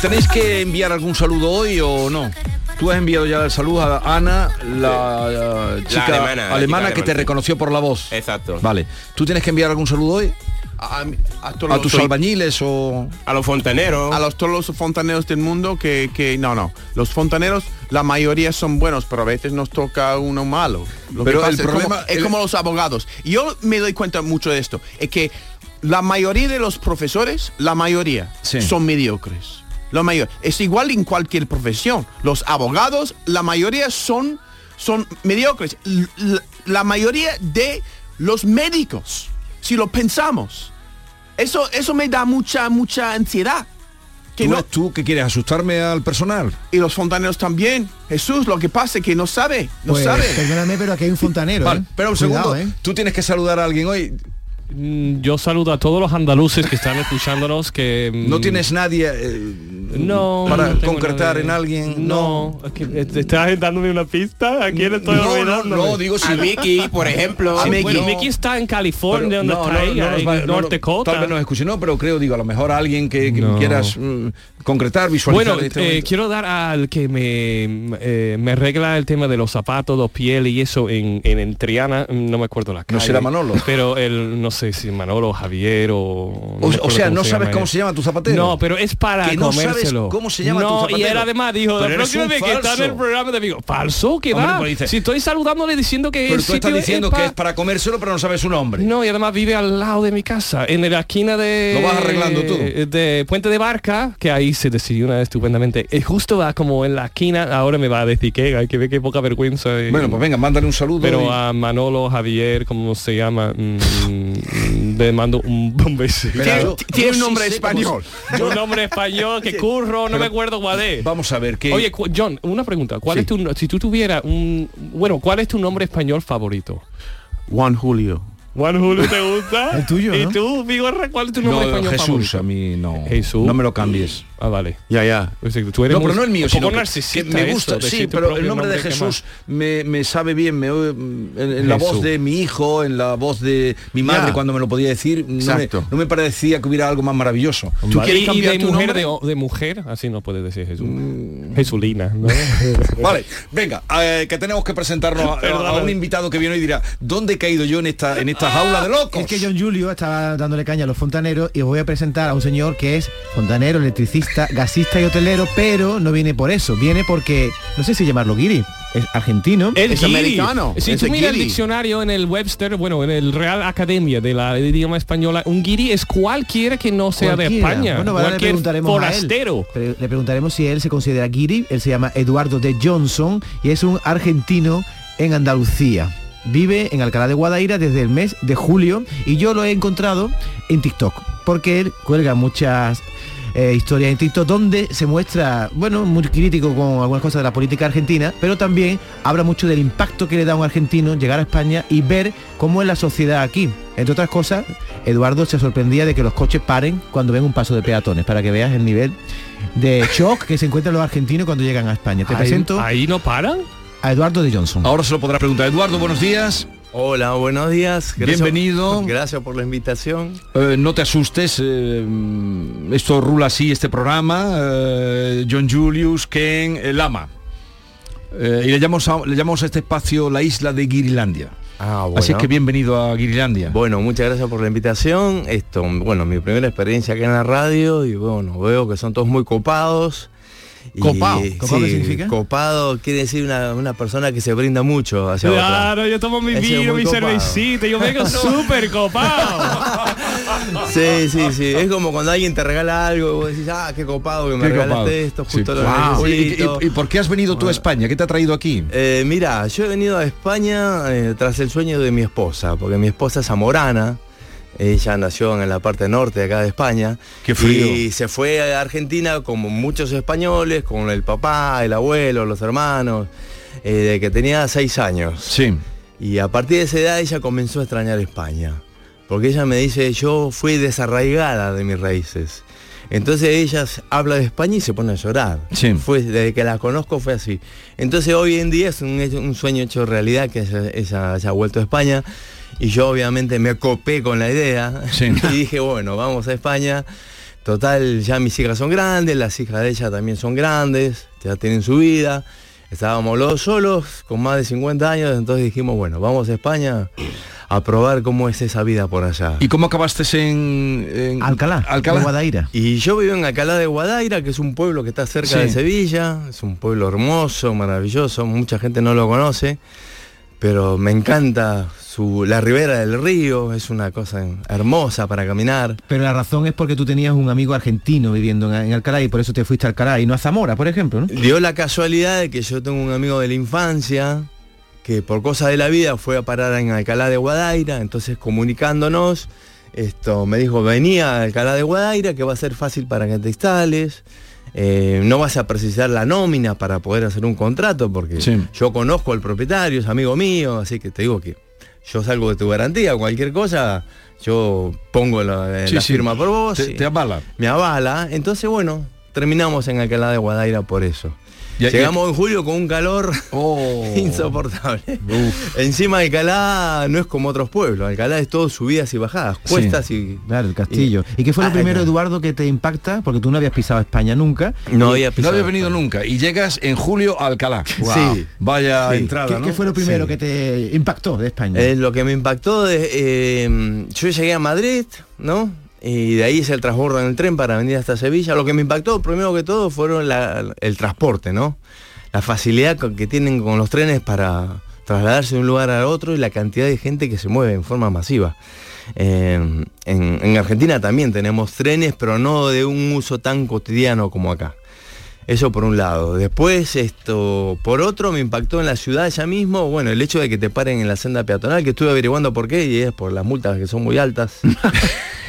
A: ¿Tenéis que enviar algún saludo hoy o no? Tú has enviado ya el saludo a Ana, la, eh, chica
C: alemana, la
A: alemana,
C: chica
A: que te
C: alemana.
A: reconoció por la voz.
C: Exacto.
A: Vale. ¿Tú tienes que enviar algún saludo hoy?
B: A, a todos
A: ¿A
B: los-
A: tus
B: soy-
A: albañiles o...?
C: A los fontaneros.
B: A los, todos los fontaneros del mundo que, que- no, no. Los fontaneros, la mayoría son buenos, pero a veces nos toca uno malo. Lo que
A: Pero
B: pasa
A: el
B: es como-
A: problema-
B: es, como,
A: el-
B: los abogados. Yo me doy cuenta mucho de esto. Es que la mayoría de los profesores, la mayoría, son mediocres. La mayor. Es igual en cualquier profesión. Los abogados, la mayoría son, son mediocres. L- l- la mayoría de los médicos, si lo pensamos. Eso, eso me da mucha, mucha ansiedad. Que
A: ¿Tú,
B: no,
A: ¿Tú que quieres asustarme al personal?
B: y los fontaneros también. Jesús, lo que pasa es que no sabe, no
E: Pues,
B: sabe.
A: este-
E: Perdóname, pero aquí hay un fontanero.
A: Vale,
E: ¿eh?
A: espera un
E: Cuidado,
A: segundo.
E: ¿eh?
A: Tú tienes que saludar a alguien hoy.
D: Mm, Yo saludo a todos los andaluces que están escuchándonos que mm,
A: ¿No tienes nadie eh,
D: no
A: para
D: no tengo
A: concretar
D: nadie.
A: en alguien?
D: No, es que, eh, estás dándome una pista. ¿A quién estoy
A: No, no,
D: olvidando?
A: no, digo si- A Mickey, por ejemplo. A
D: Sí,
A: Mickey.
D: bueno,
A: No.
D: Mickey está en California,
A: Pero
D: donde
A: no,
D: está
A: no,
D: ella,
A: no nos
D: en
A: va- no,
D: North
A: no,
D: Dakota.
A: Tal vez nos escuche, no, pero creo, digo, a lo mejor a alguien que, que quieras mm, concretar, visualizar.
D: Bueno,
A: en este
D: eh,
A: momento.
D: quiero dar al que me, eh, me arregla el tema de los zapatos, los piel y eso en, en, en Triana, no me acuerdo la calle.
A: ¿No será Manolo?
D: Pero el, no sé si Manolo, Javier o...
A: O-
D: me
A: o
D: acuerdo
A: sea,
D: cómo
A: no
D: se
A: sabes
D: llama
A: cómo
D: él.
A: se llama tu zapatero.
D: No, pero es para
A: Que no sabes
D: comérselo.
A: cómo se llama
D: no,
A: tu
D: y
A: zapatero.
D: él además dijo,
A: Pero
D: la
A: eres
D: próxima
A: un
D: vez que está en el
A: falso.
D: programa de amigo, falso, ¿qué
A: Hombre,
D: va?
A: pues dice-
D: si estoy saludándole diciendo que
A: Pero
D: el
A: tú
D: sitio
A: estás diciendo
D: es pa-
A: que es para comérselo, pero no sabes su nombre.
D: no, y además vive al lado de mi casa, en la esquina de...
A: Lo vas arreglando tú.
D: De Puente de Barca, que ahí se decidió una vez estupendamente. Y justo va como en la esquina, ahora me va a decir que hay que ver qué poca vergüenza. y-
A: Bueno, pues venga, mándale un saludo.
D: Pero
A: y-
D: a Manolo, Javier, como se llama, mm, le mando un, un beso.
A: Mira, yo-
B: tiene
A: yo
B: un
A: sí
B: nombre
A: sé cómo
B: español.
A: Yo-
D: un nombre español que curro, no me acuerdo cuál es.
A: Vamos a ver qué.
D: Oye, cu- John, una pregunta. ¿Cuál es tu no- si tú tuvieras un bueno, cuál es tu nombre español favorito?
B: Juan Julio.
D: Juan Julio te gusta. El tuyo. ¿Y tú, Vigorra, cuál es tu nombre
A: No,
D: español
A: Jesús,
D: favorito?
A: a mí no. Jesús. No me lo cambies.
D: Ah, vale.
B: Ya, ya.
D: Tú eres
A: no, pero
D: muy-
A: no el mío,
D: un
A: sino
D: poco
A: que-
D: narcisista
A: que me
D: eso,
A: gusta,
D: de
A: sí,
D: decir tu
A: pero el
D: propio
A: nombre de
D: nombre, qué
A: Jesús me, me sabe bien, me, mm, en, en la
D: Jesús.
A: voz de mi hijo, en la voz de mi madre
D: Ya.
A: cuando me lo podía decir, no me,
D: Exacto.
A: no me parecía que hubiera algo más maravilloso.
D: ¿Tú quieres cambiar de mujer de, de mujer? Así no puedes decir Jesús.
A: Mm.
D: Jesulina, ¿no?
A: Vale, venga, eh, que tenemos que presentarnos a,
D: Perdón.
A: a un invitado que viene y dirá, ¿dónde he caído yo en esta en esta jaula de locos?
E: Es que John Julio estaba dándole caña a los fontaneros y os voy a presentar a un señor que es fontanero, electricista, gasista y hotelero, pero no viene por eso, viene porque, no sé si llamarlo guiri, es argentino.
D: El guiri. Si tú miras el diccionario en el Webster, bueno, en el Real Academia de la de idioma española, un guiri es cualquiera que no sea de
E: Cualquiera.
D: España.
E: Bueno, ahora le
D: cualquier
E: preguntaremos a él.
D: forastero.
E: Pre- Le preguntaremos si él se considera guiri. Él se llama Eduardo de Johnson y es un argentino en Andalucía. Vive en Alcalá de Guadaira desde el mes de julio y yo lo he encontrado en TikTok porque él cuelga muchas eh, historias en TikTok donde se muestra, bueno, muy crítico con algunas cosas de la política argentina, pero también habla mucho del impacto que le da a un argentino llegar a España y ver cómo es la sociedad aquí. Entre otras cosas, Eduardo se sorprendía de que los coches paren cuando ven un paso de peatones, para que veas el nivel de shock que se encuentran los argentinos cuando llegan a España. Te
D: Ahí-
E: presento
D: ahí no paran.
E: a Eduardo de Johnson.
A: Ahora se lo podrás preguntar. Eduardo, buenos días.
F: Hola, buenos días.
A: Bienvenido.
F: Gracias por la invitación.
A: Eh, no te asustes, eh, mm, esto rula así este programa. eh, John Julius, Ken, eh, Lama. Eh, y le llamamos, a, le llamamos a este espacio la isla de Guirilandia. Así es que bienvenido a Guirilandia.
F: Ah, Bueno, muchas gracias por la invitación. Esto, bueno, mi primera experiencia acá en la radio y bueno, veo que son todos muy copados. Y,
D: ¿Copado? ¿Copado qué significa?
F: Copado quiere decir una, una persona que se brinda mucho hacia otra.
D: Claro, yo tomo mi
F: Ese es
D: vino,
F: muy
D: mi
F: copado.
D: cervecita, yo vengo súper copado.
F: Sí, sí, sí. Es como cuando alguien te regala algo y vos decís, ah, qué copado que me
A: Qué
F: regalaste
A: copado.
F: esto,
A: Sí.
F: justo lo
A: Wow. Oye, ¿y-
F: necesito.
A: y, y por qué has venido tú a España? ¿Qué te ha traído aquí?
F: Eh, mira, yo he venido a España eh, tras el sueño de mi esposa, porque mi esposa es zamorana. Ella nació en la parte norte de acá de España.
A: Qué frío.
F: Y se fue a Argentina como muchos españoles, con el papá, el abuelo, los hermanos, eh, de que tenía seis años.
A: Sí.
F: Y a partir de esa edad ella comenzó a extrañar España. Porque ella me dice, yo fui desarraigada de mis raíces. Entonces ella habla de España y se pone a llorar. Fue, desde que la conozco fue así. Entonces hoy en día es un, hecho- un sueño hecho realidad que ella, ella haya vuelto a España. Y yo obviamente me copé con la idea y dije, bueno, vamos a España. Total, ya mis hijas son grandes, las hijas de ella también son grandes, ya tienen su vida. Estábamos los solos, con más de 50 años, entonces dijimos, bueno, vamos a España a probar cómo es esa vida por allá.
A: ¿Y cómo acabaste en, en
E: Alcalá,
F: Alcalá?
E: de Guadaira.
F: Y yo vivo en Alcalá de Guadaira, que es un pueblo que está cerca
E: Sí.
F: de Sevilla, es un pueblo hermoso, maravilloso, mucha gente no lo conoce, pero me encanta su, la ribera del río, es una cosa hermosa para caminar.
E: Pero la razón es porque tú tenías un amigo argentino viviendo en, en Alcalá y por eso te fuiste a Alcalá y no a Zamora, por ejemplo, ¿no?
F: Dio la casualidad de que yo tengo un amigo de la infancia que por cosa de la vida fue a parar en Alcalá de Guadaira, entonces comunicándonos, esto me dijo, venía a Alcalá de Guadaira, que va a ser fácil para que te instales, eh, no vas a precisar la nómina para poder hacer un contrato, porque yo conozco al propietario, es amigo mío, así que te digo que yo salgo de tu garantía, cualquier cosa, yo pongo la,
A: Sí,
F: la
A: sí.
F: firma por vos.
A: Te-
F: y-
A: te avala.
F: me avala. Entonces, bueno, terminamos en Alcalá de Guadaira por eso.
A: Ya- Oh.
F: Llegamos en julio con un calor insoportable. Encima Alcalá no es como otros pueblos. Alcalá es todo subidas y bajadas, cuestas y...
E: Claro, el castillo. ¿Y, qué fue lo
F: Ah,
E: primero,
F: claro.
E: Eduardo, que te impacta? Porque tú no habías pisado España nunca.
F: No había
A: No
F: pisado
A: había venido nunca y llegas en julio a Alcalá.
F: Guau. Sí.
A: Vaya
F: Sí.
A: entrada,
E: ¿Qué,
A: ¿no?
E: qué fue lo primero
F: Sí.
E: que te impactó de España?
F: Eh, lo que me impactó, de, eh, yo llegué a Madrid, ¿no? Y de ahí hice el transbordo en el tren para venir hasta Sevilla. Lo que me impactó, primero que todo, fueron la- el transporte, ¿no? La facilidad con- que tienen con los trenes para trasladarse de un lugar a otro y la cantidad de gente que se mueve en forma masiva. Eh, en, en Argentina también tenemos trenes, pero no de un uso tan cotidiano como acá. Eso por un lado. Después, esto, por otro, me impactó en la ciudad ya mismo, bueno, el hecho de que te paren en la senda peatonal, que estuve averiguando por qué, y es por las multas que son muy altas.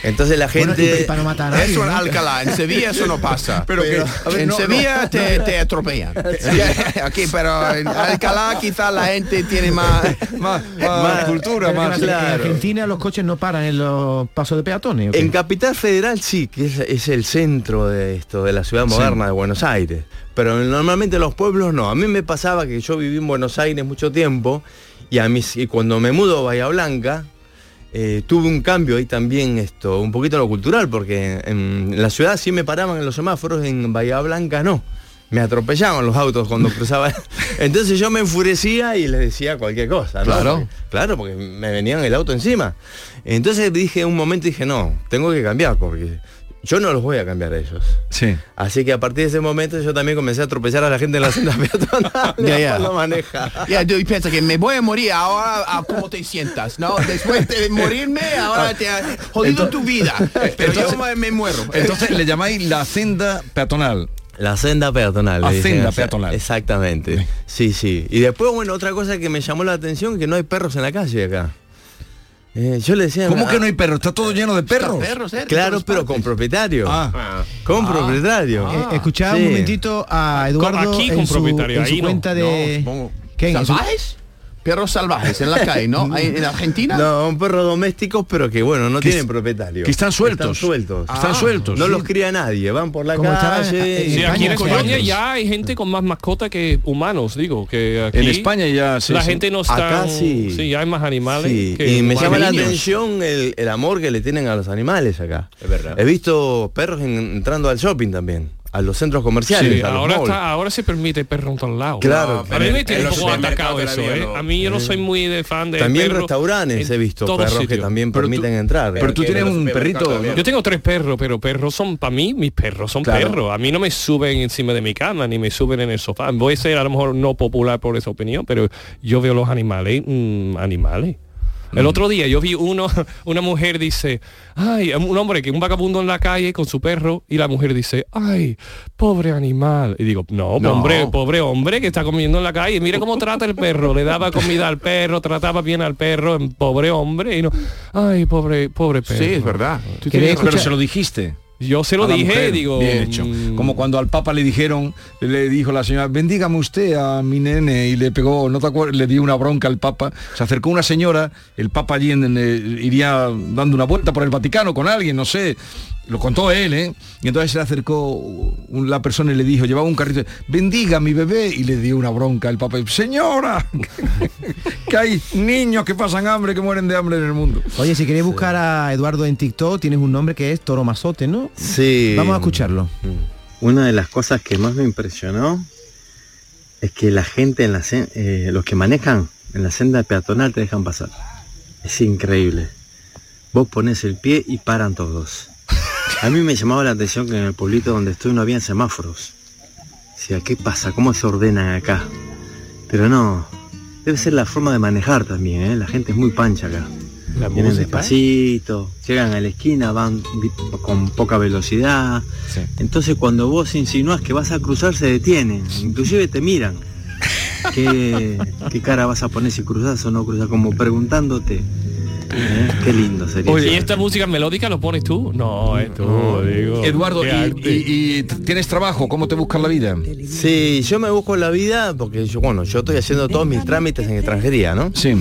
F: Entonces la
E: Bueno,
F: gente...
E: y para no matar a nadie,
B: Eso en
E: ¿no?
B: Alcalá, en Sevilla eso no pasa.
F: Pero que- a ver,
B: en
F: no,
B: Sevilla
F: no.
B: te, te atropellan.
F: Sí.
B: Aquí, pero en Alcalá quizás la gente tiene más, más,
E: Más- Ah, pero que en- En Argentina los coches no paran en los pasos de peatones. ¿o qué?
F: En Capital Federal sí, que es, es el centro de esto, de la ciudad moderna de Buenos Aires. Pero normalmente los pueblos no. A mí me pasaba que yo viví en Buenos Aires mucho tiempo y, a mis, y cuando me mudo a Bahía Blanca, eh, tuve un cambio ahí también, esto, un poquito en lo cultural, porque en, la ciudad sí me paraban en los semáforos, en Bahía Blanca no. Me atropellaban los autos cuando cruzaba. Entonces yo me enfurecía y les decía cualquier cosa. ¿no?
B: Claro.
F: Porque- claro, porque me venían el auto encima. Entonces dije un momento dije, no, tengo que cambiar, porque yo no los voy a cambiar a ellos.
A: Sí.
F: Así que a partir de ese momento yo también comencé a atropellar a la gente en la senda peatonal.
B: Ya, ya.
F: cuando maneja.
B: Ya, tú piensas que me voy a morir ahora a cómo te sientas, ¿no? Después de morirme, ahora te ha jodido tu vida. Pero yo me, me muero.
A: Entonces le llamáis la senda peatonal.
F: La senda peatonal. le dicen.
A: Hacienda
F: O sea,
A: peatonal.
F: Exactamente. Sí, sí. Y después, bueno, otra cosa que me llamó la atención, que no hay perros en la calle acá. Eh, yo le decía...
A: ¿Cómo que no hay perros? Está todo lleno de perros.
F: Claro, pero con propietario.
A: Ah.
F: Con propietario.
E: Eh, escuchad
F: Ah, Sí.
E: un momentito a Eduardo
F: Aquí con
E: en su,
F: propietario,
E: en su
F: ahí no.
E: cuenta
B: No,
E: de...
B: supongo.
E: ¿Qué? En su-
B: ¿Salvajes? Perros salvajes en la calle, ¿no? ¿En en Argentina?
F: No, un perro doméstico, pero que bueno, no
B: Que
F: tienen
B: es-
F: propietario.
B: que están sueltos.
F: Están sueltos.
B: Están Ah. sueltos,
F: No
B: sí.
F: los cría nadie, van por la
D: Como estaba
F: calle.
D: en-
F: y-
D: Sí, aquí en España
F: coyotes.
D: ya hay gente con más mascota que humanos, digo, que aquí
F: En España ya, sí,
D: la
F: sí.
D: gente no está
F: Acá sí.
D: ya hay más animales
F: Sí,
D: que
F: y me llama la
D: humanos.
F: atención el, el amor que le tienen a los animales acá. Es verdad. He visto perros en- entrando al shopping también, a los centros comerciales,
D: Sí,
F: a los
D: ahora,
F: malls.
D: está- Ah, ahora se permite el perro en todos lados.
F: Claro.
D: a mí
F: Pero
D: me
F: en
D: tiene un
F: los
D: poco atacado
F: supermercados
D: eso.
F: todavía
D: ¿eh?
F: no.
D: A mí yo no soy muy de fan de
F: También
D: perro
F: restaurantes
D: en
F: he visto
D: todo
F: perros que
D: sitio.
F: también permiten entrar.
D: Pero tú tienes un
A: perrito,
D: Yo tengo tres perros, pero perros son, para mí, mis perros son perros. A mí no me suben encima de mi cama, ni me suben en el sofá. Voy a ser a lo mejor no popular por esa opinión, pero yo veo los animales, mm, animales. El otro día yo vi uno, una mujer dice, ay, un hombre que un vagabundo en la calle con su perro y la mujer dice, ay, pobre animal. Y digo, no,
A: No.
D: hombre, pobre hombre que está comiendo en la calle, mira cómo trata el perro, le daba comida al perro, trataba bien al perro, en- pobre hombre, y no, ay, pobre, pobre perro.
A: Sí, es verdad.
D: Tú tienes
A: Pero
D: razón.
A: se lo dijiste.
D: Yo se lo
A: a la
D: dije,
A: mujer.
D: digo, mm,
A: Bien hecho. Como cuando al Papa le dijeron, le dijo la señora, bendígame usted a mi nene y le pegó, no te acuerdas, le dio una bronca al Papa. Se acercó una señora, el Papa allí en- en, eh, iría dando una vuelta por el Vaticano con alguien, no sé. Lo contó él, ¿eh? Y entonces se le acercó un- la persona y le dijo, llevaba un carrito, bendiga a mi bebé, y le dio una bronca al Papa. Señora, que hay niños que pasan hambre, que mueren de hambre en el mundo.
E: Oye, si queréis buscar a Eduardo en TikTok, tienes un nombre que es Toro Mazote, ¿no?
F: Sí.
E: Vamos a escucharlo.
F: Una de las cosas que más me impresionó es que la gente, en la, sen- eh, los que manejan en la senda peatonal te dejan pasar. Es increíble. Vos pones el pie y paran todos. A mí me llamaba la atención que en el pueblito donde estoy no habían semáforos. O sea, ¿qué pasa? ¿Cómo se ordenan acá? Pero no, debe ser la forma de manejar también, ¿eh? La gente es muy pancha acá.
D: La
F: Vienen
D: música.
F: despacito, llegan a la esquina, van vi- con poca velocidad. Entonces cuando vos insinúas que vas a cruzar se detienen, inclusive te miran. ¿Qué, Eh, qué cara vas a poner si cruzas o no cruzas? Como preguntándote. ¿eh? Qué lindo sería.
D: Oye, ¿y
F: eso.
D: esta música melódica lo pones tú? No, es tú, digo.
A: Mm. Eduardo,
D: Qué
A: y,
D: arte.
A: y- y tienes trabajo? ¿Cómo te buscas la vida?
F: Sí, yo me busco la vida porque yo, bueno, yo estoy haciendo todos mis trámites en extranjería, ¿no?
A: Sí.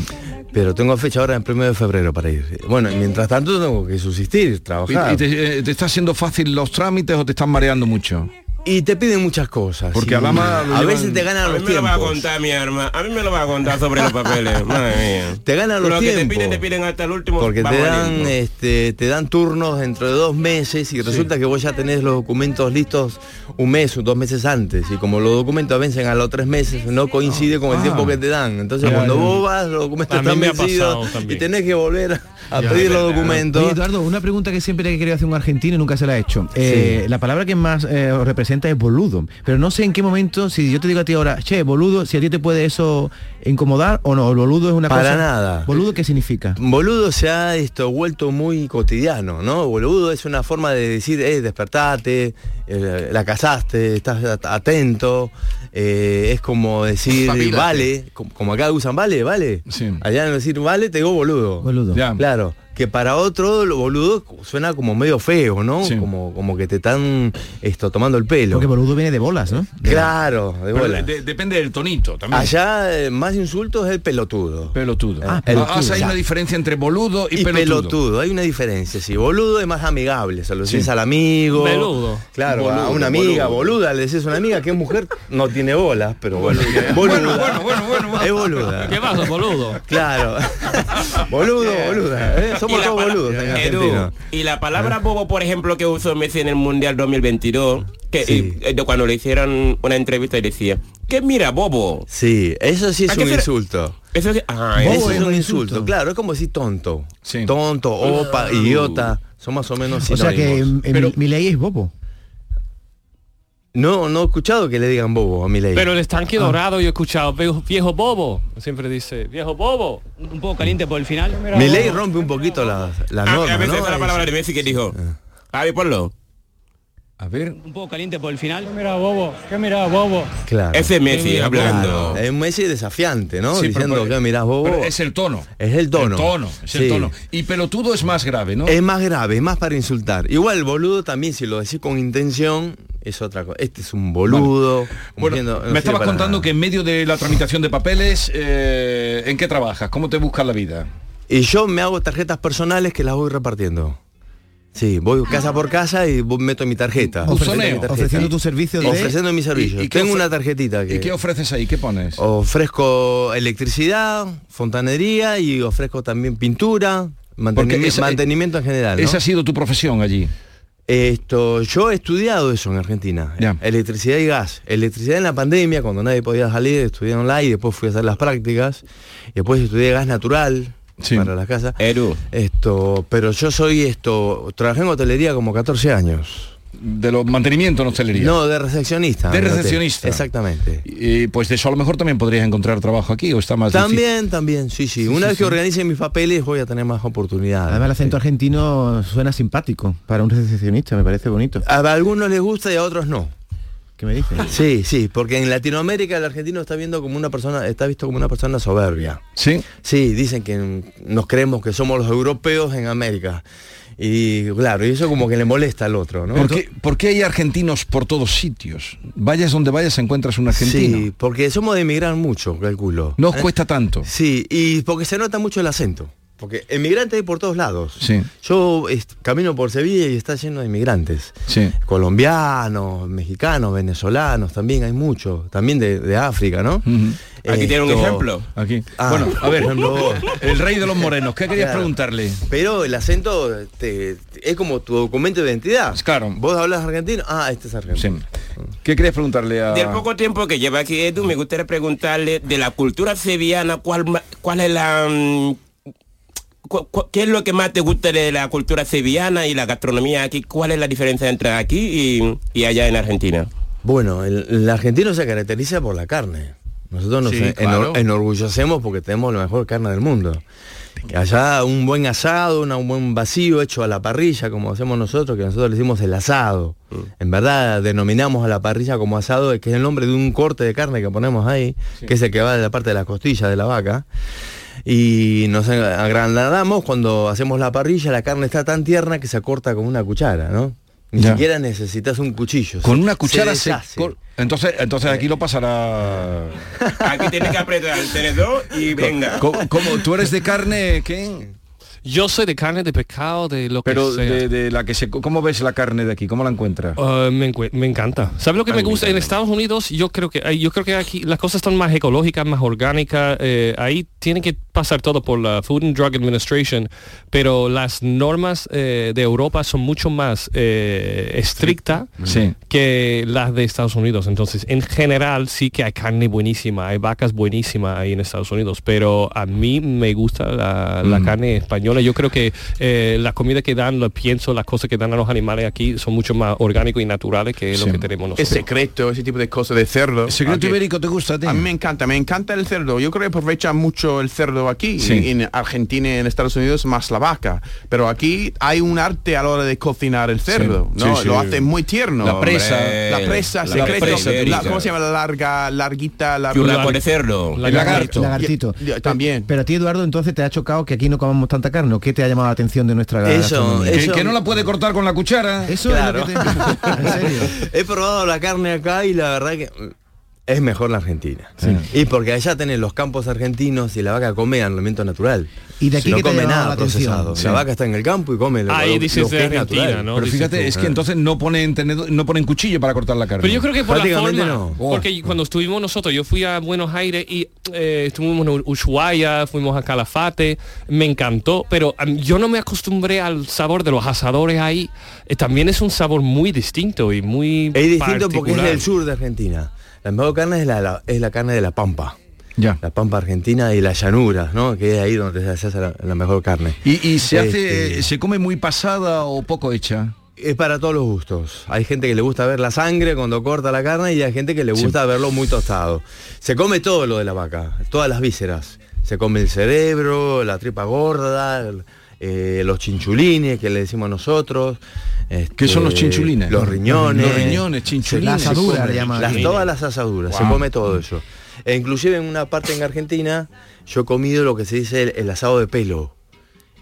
F: Pero tengo fecha ahora en primero de febrero para ir. Bueno, y mientras tanto tengo que subsistir,
A: ¿Y,
F: trabajar.
A: y te, eh, te está haciendo fácil los trámites o te están mareando mucho?
F: Y te piden muchas cosas.
A: Porque
F: sí.
A: Alama
F: A veces te ganan
C: a mí
F: los
C: me lo va a
F: tiempos.
C: contar mi arma. A mí me lo va a contar sobre los papeles. Madre mía.
F: Te ganan los
C: Lo que te
F: tiempos.
C: piden, te piden hasta el último.
F: Porque te
C: vamos al
F: dan,
C: ritmo.
F: este, te dan turnos dentro de dos meses y resulta que vos ya tenés los documentos listos un mes o dos meses antes. Y como los documentos vencen a los tres meses, no coincide con el
A: Ah.
F: tiempo que te dan. Entonces
A: Ya,
F: cuando
A: ya.
F: vos vas, los documentos
A: A mí
F: están
A: me ha pasado
F: vencidos y
A: también.
F: tenés que volver a- a
A: Ya,
F: pedir los
A: verdad.
F: documentos.
E: Oye, Eduardo, una pregunta que siempre he querido hacer un argentino y nunca se la he hecho. Eh, La palabra que más eh, os representa es boludo. Pero no sé en qué momento, si yo te digo a ti ahora, che, boludo, si a ti te puede eso incomodar o no. El boludo es una
F: Para
E: cosa...
F: nada.
E: ¿Boludo qué significa?
F: Boludo se ha esto, vuelto muy cotidiano, ¿no? Boludo es una forma de decir, eh, despertate, eh, la casaste, estás at- atento, eh, es como decir,
A: Espabilate.
F: vale, com- como acá usan vale, vale. Allá en decir vale, te digo boludo.
E: Boludo.
F: Claro. que para otro lo boludo suena como medio feo, ¿no? Como, como que te están esto, tomando el pelo.
E: Porque boludo viene de bolas, ¿no?
F: Claro, de
A: Pero
F: bola.
A: de- depende del tonito también.
F: Allá eh, más insultos es el pelotudo.
A: Pelotudo.
F: Ah,
A: Ah, o sea, hay una diferencia entre boludo y, pelotudo.
F: Hay una diferencia, sí. Boludo es más amigable, se lo decís
A: Sí.
F: al amigo.
A: Peludo.
F: Claro, a
A: Boludo,
F: una amiga,
A: boludo.
F: boluda, le decís a una amiga que es mujer, no tiene bolas, pero bueno. Boluda. Es boluda.
D: ¿Qué pasa, boludo?
F: Claro. boludo, boluda. ¿eh? Somos
C: Y la
F: todos
C: pala-
F: boludos en
C: Edu,
F: Argentina. Ah.
C: y la palabra bobo, por ejemplo, que usó Messi en el Mundial 2022, que eh, de cuando le hicieron una entrevista y decía, ¿qué mira, bobo?
F: Sí, eso
C: ¿A
F: sí es
C: qué
F: un
C: será?
F: insulto.
C: Eso es, ah,
F: Bobo
C: eso
F: es un insulto, claro, es como decir tonto. Tonto, opa,
C: Uh.
F: idiota. Son más o menos
E: O sea que eh,
F: sinónimos.
E: mi ley es bobo.
F: No, no he escuchado que le digan bobo a mi ley.
D: Pero el
A: Ah.
D: estanque dorado yo he escuchado, viejo, viejo bobo. Siempre dice, viejo bobo. Un poco caliente por el final.
F: Mi ley rompe un poquito las la
C: Ah,
F: norma,
C: a veces
F: ¿no?
C: fue la palabra de Messi que dijo, Javi, ponlo.
A: A ver.
D: Un poco caliente por el final. mira bobo? ¿Qué mira bobo?
F: Claro.
C: Ese Messi Qué mira, hablando.
F: Claro, Es un Messi desafiante, ¿no?
A: Sí, pero-
F: Diciendo
A: pero-
F: que "Ah, mirás bobo.
A: pero Oh. es el tono.
F: Es el tono.
A: El tono, Eh, es el
F: Sí.
A: tono. Y pelotudo es más grave, ¿no?
F: Es más grave, es más para insultar. Igual boludo también, si lo decís con intención, es otra cosa. Este es un boludo. como
A: Bueno,
F: diciendo, no
A: me
F: sirve
A: estabas
F: para
A: contando que en medio de la tramitación de papeles, eh, ¿en qué trabajas? ¿Cómo te buscas la vida?
F: nada. Y yo me hago tarjetas personales que las voy repartiendo. Sí, voy casa por casa y vo- meto mi tarjeta.
A: Buzoneo.
F: Mi tarjeta.
E: Ofreciendo tu servicio de-
F: Ofreciendo mi servicio.
A: ¿Y- y qué
F: Tengo
A: ofre-
F: una tarjetita que...
A: ¿Y qué ofreces ahí? ¿Qué pones?
F: Ofrezco electricidad, fontanería y ofrezco también pintura, mantenimi-
A: Porque esa-
F: mantenimiento en general. ¿no?
A: Esa ha sido tu profesión allí.
F: Esto, yo he estudiado eso en Argentina,
A: Ya.
F: electricidad y gas. Electricidad en la pandemia, cuando nadie podía salir, estudié online y después fui a hacer las prácticas. Y después estudié gas natural para las casas. Esto, pero yo soy esto, trabajé en hotelería como 14 años.
A: De los mantenimientos en hotelería.
F: No, de recepcionista.
A: De
F: en el hotel.
A: recepcionista.
F: Exactamente.
A: Y, pues de eso a lo mejor también podrías encontrar trabajo aquí o está más difícil.
F: También, también, sí, sí. Una
E: sí,
F: vez que
E: sí.
F: organice mis papeles voy a tener más oportunidades.
E: Además el acento argentino suena simpático para un recepcionista, me parece bonito.
F: A algunos les gusta y a otros no.
E: ¿Qué me dices?
F: Sí, sí, porque en Latinoamérica el argentino está viendo como una persona, está visto como una persona soberbia.
A: Sí.
F: Sí, dicen que nos creemos que somos los europeos en América. Y claro, y eso como que le molesta al otro, ¿no?
A: ¿Por qué, por qué hay argentinos por todos sitios? Vayas donde vayas encuentras un argentino.
F: Sí, porque somos de emigrar mucho, calculo.
A: Nos cuesta tanto.
F: Sí, y porque se nota mucho el acento. Porque emigrantes hay por todos lados.
A: Sí.
F: Yo es- camino por Sevilla y está lleno de inmigrantes.
A: Sí.
F: Colombianos, mexicanos, venezolanos, también hay muchos. También de, de África, ¿no?
C: Aquí tiene un
F: Esto-
C: ejemplo.
A: Aquí.
F: Ah,
A: bueno, a ver,
F: por ejemplo,
A: el rey de los morenos, ¿qué querías
F: Claro.
A: preguntarle?
F: Pero el acento te- te- es como tu documento de identidad. Claro. Vos hablas argentino, ah, este es argentino.
A: ¿Qué querías preguntarle a...?
C: Del poco tiempo que lleva aquí Edu, me gustaría preguntarle de la cultura sevillana, ¿cuál, ma- cuál es la... mm, cu- cu- ¿Qué es lo que más te gusta de la cultura sevillana y la gastronomía aquí? ¿Cuál es la diferencia entre aquí y, y allá en Argentina?
F: Bueno, el, el argentino se caracteriza por la carne. Nosotros nos
C: Sí,
F: en-
C: claro.
F: enor- enorgullecemos porque tenemos la mejor carne del mundo. Allá un buen asado, una- un buen vacío hecho a la parrilla, como hacemos nosotros, que nosotros le decimos el asado.
B: Mm.
F: En verdad denominamos a la parrilla como asado, que es el nombre de un corte de carne que ponemos ahí, que es el que va de la parte de la costilla de la vaca. Y nos agrandamos cuando hacemos la parrilla, la carne está tan tierna que se corta con una cuchara, ¿no? Ni
A: Ya.
F: siquiera necesitas un cuchillo.
A: Con una
F: Se
A: cuchara se...
F: deshace.
A: cor- Entonces, entonces aquí lo pasará...
C: Aquí tienes que apretar el tenedor y venga.
A: ¿Cómo, cómo? tú eres de carne qué?
D: Yo soy de carne, de pescado, de lo
A: Pero
D: que sea.
A: de, de la que se... ¿Cómo ves la carne de aquí? ¿Cómo la encuentras?
D: Uh, me, encue- me encanta. ¿Sabes lo que
A: A
D: me
A: mí me
D: gusta? En Estados Unidos yo creo que eh, yo creo que aquí las cosas están más ecológicas, más orgánicas. eh, ahí tiene que pasar todo por la Food and Drug Administration, pero las normas eh, de Europa son mucho más eh, estrictas
A: Sí.
D: que las de Estados Unidos. Entonces, en general sí que hay carne buenísima, hay vacas buenísimas ahí en Estados Unidos, pero a mí me gusta la, la
A: Mm.
D: carne española. Yo creo que eh, la comida que dan, los piensos, las cosas que dan a los animales aquí son mucho más orgánicos y naturales que lo que tenemos
B: Es
D: nosotros.
B: secreto, ese tipo de cosas de cerdo. ¿El
D: secreto
A: ibérico te gusta a ti?
B: A mí me encanta, me encanta el cerdo. Yo creo que aprovechan mucho el cerdo aquí.
A: Sí.
B: En Argentina y en Estados Unidos más la vaca. Pero aquí hay un arte a la hora de cocinar el cerdo.
A: Sí,
B: ¿no?
A: sí.
B: Lo hacen muy tierno.
A: La presa.
B: Hombre, La presa,
A: La
B: secreto.
A: presa
B: La-
A: ibérica.
B: ¿Cómo se llama? La larga, larguita, la
C: Chulaco de cerdo.
A: El lagarto.
E: Lagartito.
B: También.
E: Pero a ti, Eduardo, entonces te ha chocado que aquí no comamos tanta carne? ¿O ¿Qué te ha llamado la atención de nuestra
F: Eso,
E: gastronomía?
F: eso-
A: Que no la puede cortar con la cuchara.
E: Eso
F: Claro. He probado la carne acá y la verdad que mm, es mejor la Argentina. Y porque allá tienen los campos argentinos y la vaca come alimento natural.
E: ¿Y de aquí
F: no
E: qué te
F: come
E: ha llamado
F: nada
E: la atención?
F: procesado.
E: Sí.
F: La vaca está en el campo y come lo, lo- lo que es natural.
A: Pero fíjate, es que entonces no ponen tenedor- no ponen cuchillo para cortar la carne.
D: Pero yo creo que por la forma,
A: Oh.
D: porque cuando estuvimos nosotros, yo fui a Buenos Aires y eh, estuvimos en Ushuaia, fuimos a Calafate, me encantó, pero am, yo no me acostumbré al sabor de los asadores ahí. Eh, también es un sabor muy distinto y muy
F: Es distinto porque es
D: particular.
F: del sur de Argentina. La mejor carne es la, la- es la carne de la pampa.
A: Ya.
F: La pampa argentina y las llanuras, ¿no? Que es ahí donde se hace la, la mejor carne.
A: Y, y se hace,
F: Este,
A: se come muy pasada o poco hecha.
F: Es para todos los gustos. Hay gente que le gusta ver la sangre cuando corta la carne y hay gente que le gusta verlo muy tostado. Se come todo lo de la vaca, todas las vísceras. Se come el cerebro, la tripa gorda, el- eh, los chinchulines que le decimos nosotros.
A: ¿Qué son los
F: este,
A: chinchulines?
F: Los riñones.
A: Los riñones, chinchulines.
F: Se come-
A: Las asaduras le
F: las-
A: llaman.
F: todas las asaduras, se
A: Wow.
F: come todo eso. E inclusive en una parte en Argentina yo he comido lo que se dice el- el asado de pelo.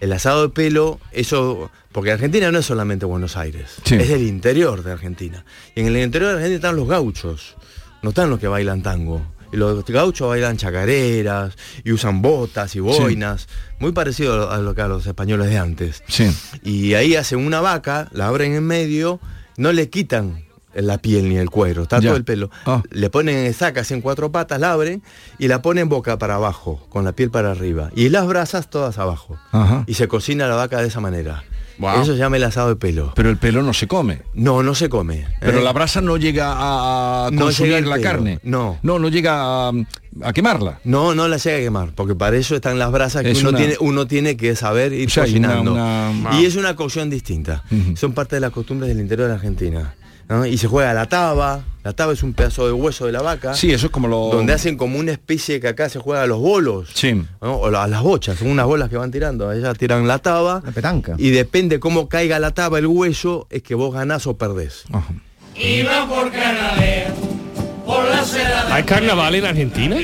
F: El asado de pelo, eso, porque Argentina no es solamente Buenos Aires,
A: Sí.
F: es el interior de Argentina. Y en el interior de Argentina están los gauchos, no están los que bailan tango. Y los gauchos bailan chacareras y usan botas y boinas, muy parecido a lo que a los españoles de antes.
A: Sí.
F: Y ahí hacen una vaca, la abren en medio, no le quitan la piel ni el cuero, está
A: Ya. Ah.
F: todo el pelo. Le ponen sacas en cuatro patas, la abren y la ponen boca para abajo, con la piel para arriba. Y las brasas todas abajo.
A: Ajá.
F: Y se cocina la vaca de esa manera.
A: Wow.
F: Eso se llama el asado de pelo.
A: Pero el pelo no se come.
F: No, no se come.
A: Pero
F: ¿eh?
A: la brasa no llega a a
F: No
A: consumir
F: llega el
A: la
F: pelo,
A: carne.
F: No.
A: No, no llega a, a quemarla.
F: No, no la llega a quemar, porque para eso están las brasas que
A: Es
F: uno,
A: una-
F: tiene, uno tiene que saber ir
A: O sea, hay una-
F: cocinando.
A: una-
F: Y es una cocción distinta. Son parte de las costumbres del interior de Argentina. ¿no? Y se juega la taba. La taba es un pedazo de hueso de la vaca.
A: Sí, eso es como lo...
F: Ah. Donde hacen como una especie que acá se juega a los bolos.
A: Sí.
F: ¿no? O la- a las bochas, son unas bolas que van tirando. Ellas tiran la taba. Y depende cómo caiga la taba, el hueso, es que vos ganás o perdés.
P: Iba por Canadá, por la seda de-
D: ¿Hay carnaval en Argentina?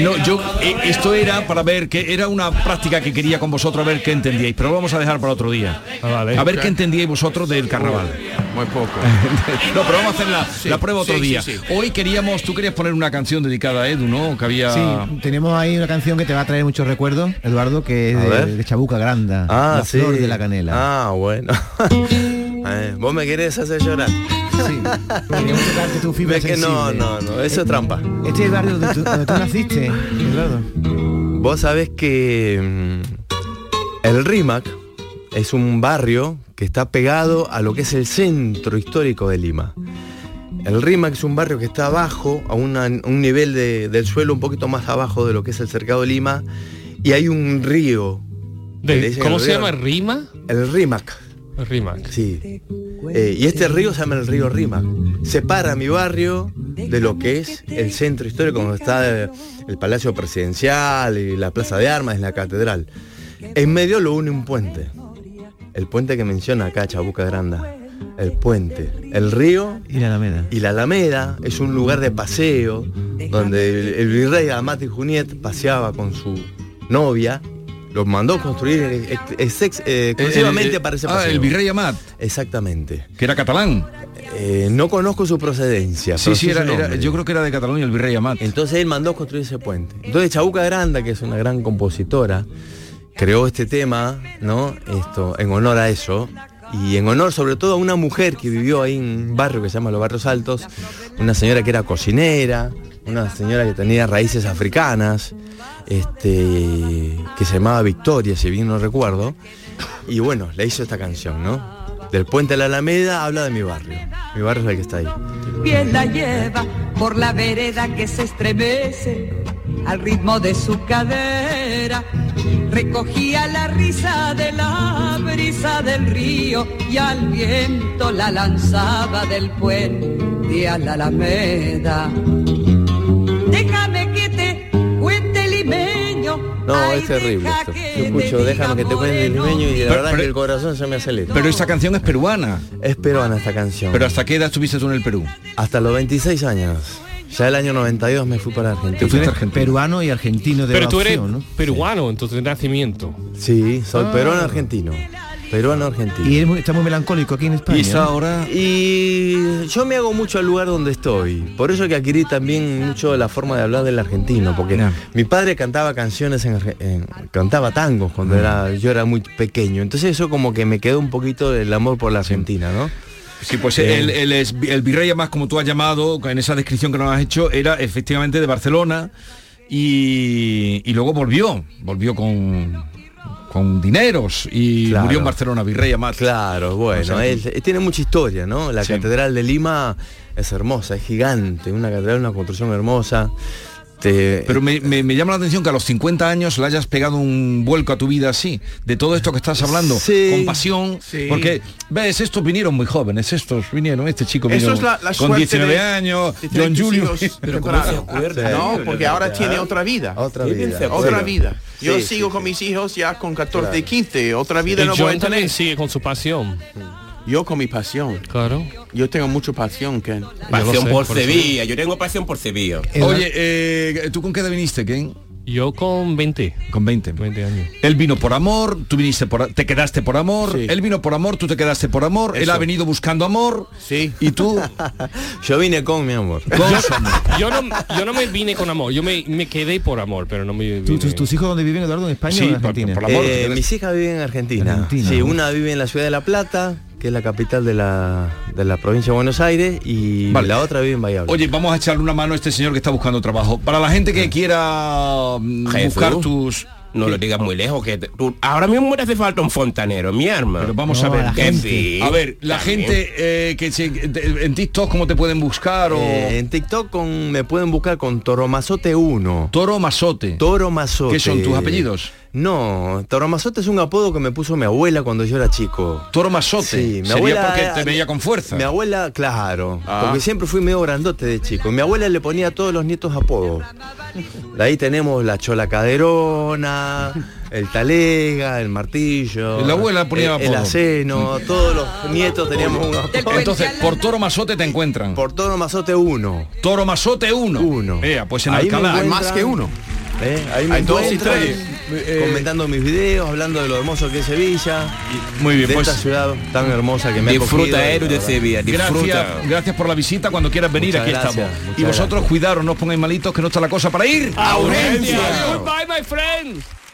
A: No, yo eh, esto era para ver que era una práctica que quería con vosotros a ver qué entendíais, pero lo vamos a dejar para otro día. A ver qué entendíais vosotros del carnaval.
B: Muy poco.
A: no, pero vamos a hacer la, la prueba otro
B: sí, sí,
A: día.
B: sí.
A: Hoy queríamos, tú querías poner una canción dedicada a Edu, ¿no? Que había
F: Ah.
E: Sí, tenemos ahí una canción que te va a traer muchos recuerdos, Eduardo, que es
A: A
E: de,
A: ver.
E: de Chabuca Granda,
F: Ah,
E: La
F: sí.
E: Flor de la Canela.
F: Ah, bueno. Eh, Vos me querés hacer llorar. Ve que no, no, no, eso es trampa.
E: Este es el barrio donde tú, donde tú naciste, Eduardo.
F: Vos sabés que mm, el RIMAC es un barrio que está pegado a lo que es el centro histórico de Lima. El RIMAC es un barrio que está abajo, a una- un nivel de- del suelo un poquito más abajo de lo que es el cercado de Lima, y hay un río. que
D: De-
F: le dicen
D: ¿Cómo
F: el
D: se
F: río-
D: llama? ¿Rima?
F: El RIMAC.
D: El Rimac.
F: Sí. Eh, y este río se llama el río Rimac. Separa mi barrio de lo que es el centro histórico, donde está eh, el Palacio Presidencial y la Plaza de Armas y la Catedral. En medio lo une un puente. El puente que menciona acá Chabuca Granda. El puente. El río
E: Y la Alameda.
F: y la Alameda es un lugar de paseo donde el, el virrey Amati Juniet paseaba con su novia. Los mandó construir ex- ex- ex- eh, exclusivamente
A: el-
F: para ese
A: ah,
F: paseo.
A: el virrey Amat.
F: Exactamente. Eh,
A: Que era catalán.
F: no conozco su procedencia.
A: Sí,
F: pero
A: sí,
F: sé su
A: era- era-
F: nombre.
A: yo creo que era de Cataluña, el virrey Amat.
F: Entonces él mandó construir ese puente. Entonces Chabuca Granda, que es una gran compositora, creó este tema, ¿no? Esto, en honor a eso. Y en honor sobre todo a una mujer que vivió ahí en un barrio que se llama Los Barrios Altos, una señora que era cocinera, una señora que tenía raíces africanas, este, que se llamaba Victoria, si bien no recuerdo. Y bueno, le hizo esta canción, ¿no? Del puente a la Alameda habla de mi barrio. Mi barrio es el que está ahí.
Q: Bien la lleva por la vereda que se estremece al ritmo de su cadera. Recogía la risa de la brisa del río y al viento la lanzaba del puente a la alameda. Déjame que te cuente limeño.
F: No, es terrible esto. Yo escucho, déjame que te cuente el limeño y la
A: Pero-
F: verdad
A: pero-
F: que el corazón se me acelera.
A: Pero esta canción es peruana.
F: Es peruana esta canción.
A: Pero ¿hasta qué edad estuviste tú en el Perú?
F: Hasta los 26 años. Ya el año 92 me fui para Argentina.
E: Tú eres peruano y argentino de
D: Pero tú eres
E: adopción, ¿no?
D: peruano, entonces de nacimiento.
F: Sí, soy
E: Ah.
F: peruano argentino. Peruano argentino.
E: Y eres muy- está muy melancólico aquí en España. ¿no?
F: Y yo me hago mucho al lugar donde estoy. Por eso que adquirí también mucho la forma de hablar del argentino, porque mi padre cantaba canciones en, arge- en- cantaba tangos cuando era yo era muy pequeño. Entonces eso como que me quedó un poquito el amor por la Argentina, ¿no?
A: Sí, pues
F: Eh,
A: el, el es- el virrey, además, como tú has llamado, en esa descripción que nos has hecho, era efectivamente de Barcelona y, y luego volvió, volvió con, con dineros y
F: Claro.
A: murió en Barcelona, virrey además.
F: Claro, bueno, él- eh, tiene mucha historia, ¿no? La Catedral de
B: Ah,
F: Lima es hermosa, es gigante, una catedral, una construcción hermosa.
A: Pero me, me- me llama la atención que a los 50 años le hayas pegado un vuelco a tu vida así, de todo esto que estás hablando,
F: Sí.
A: con pasión,
F: Sí.
A: porque, ves, estos vinieron muy jóvenes, estos vinieron, este chico
B: Eso
A: vino
B: es la, la
A: con
B: suerte
A: 19
B: de-
A: años,
B: de
A: John
B: 32
A: Julio.
B: temprano. No, porque ahora tiene otra vida.
A: Otra
B: Sí,
A: vida.
B: se acuerda. Otra
A: Sí.
B: vida. Yo
A: Sí, sí,
B: sigo con mis hijos ya con 14 y
D: Claro.
B: 15. Otra vida
D: y
B: no voy
D: John
B: a tener.
D: también sigue con su pasión.
B: Yo con mi pasión.
D: Claro.
B: Yo tengo mucha pasión, Ken.
D: Yo lo
C: Pasión
D: sé,
C: por,
D: por
C: Sevilla, yo tengo pasión por Sevilla.
A: Oye, eh, ¿tú con qué edad viniste, Ken?
D: Yo con 20.
A: Con 20.
F: Pues
D: 20 años.
A: Él vino por amor, tú viniste por, te quedaste por amor, él vino por amor, tú te quedaste por amor, él
F: Eso.
A: ha venido buscando amor.
B: Sí.
A: Y tú
F: Yo vine con mi amor.
D: Yo no, yo no me vine con amor, yo me, me quedé por amor, pero no me
E: ¿Tú-
D: vine.
E: tus, tus hijos dónde viven, Eduardo? ¿En España o en Argentina?
F: Eh, mis hijas viven en Argentina.
E: Argentina.
F: Sí, una vive en la ciudad de La Plata, que es la capital de la, de la provincia de Buenos Aires, y
A: Vale.
F: la otra vive en Valladolid.
A: Oye, vamos a echarle una mano a este señor que está buscando trabajo. Para la gente
F: Eh.
A: que quiera mm,
C: Jesús,
A: buscar tus
C: No lo digas muy lejos, que te- tú- ahora mismo te hace falta un fontanero, mi arma. Pero
A: vamos a ver, a ver, la gente eh, que se- de- en TikTok cómo te pueden buscar o
F: Eh, en TikTok con, me pueden buscar con Toromazote 1.
A: Toro Mazote.
F: Toro Mazote.
A: ¿Qué son tus apellidos?
F: No, Toromazote es un apodo que me puso mi abuela cuando yo era chico.
A: Toro Mazote.
F: Sí, mi
A: Sería
F: abuela
A: porque te veía con fuerza.
F: Mi abuela, claro,
A: Ah.
F: porque siempre fui medio grandote de chico. Mi abuela le ponía a todos los nietos apodos. De ahí tenemos la chola caderona, el talega, el martillo.
A: La abuela ponía
F: el, el
A: apodo.
F: aceno, todos los nietos teníamos un apodo.
A: Entonces, por Toro Mazote te encuentran.
F: Por Toro Mazote 1.
A: Toro Mazote 1.
F: Uno.
A: Ea, pues en
F: Ahí me
A: Alcalá.
F: encuentran. Eh, ahí me
A: Hay dos y
F: encuentran,
A: tres.
F: eh, comentando mis videos, hablando de lo hermoso que es Sevilla.
A: Muy bien,
F: de
A: pues-
F: esta ciudad tan hermosa que me ha cogido,
C: Disfruta, Eru, de
F: la verdad.
C: Sevilla,
A: Gracias,
C: disfruta.
A: gracias por la visita. Cuando quieras venir,
C: Muchas
A: aquí
C: gracias,
A: estamos.
C: muchas
A: Y vosotros, cuidaros, no os pongáis malitos, que no está la cosa para ir
D: ¡A urgencia! Goodbye, my friend.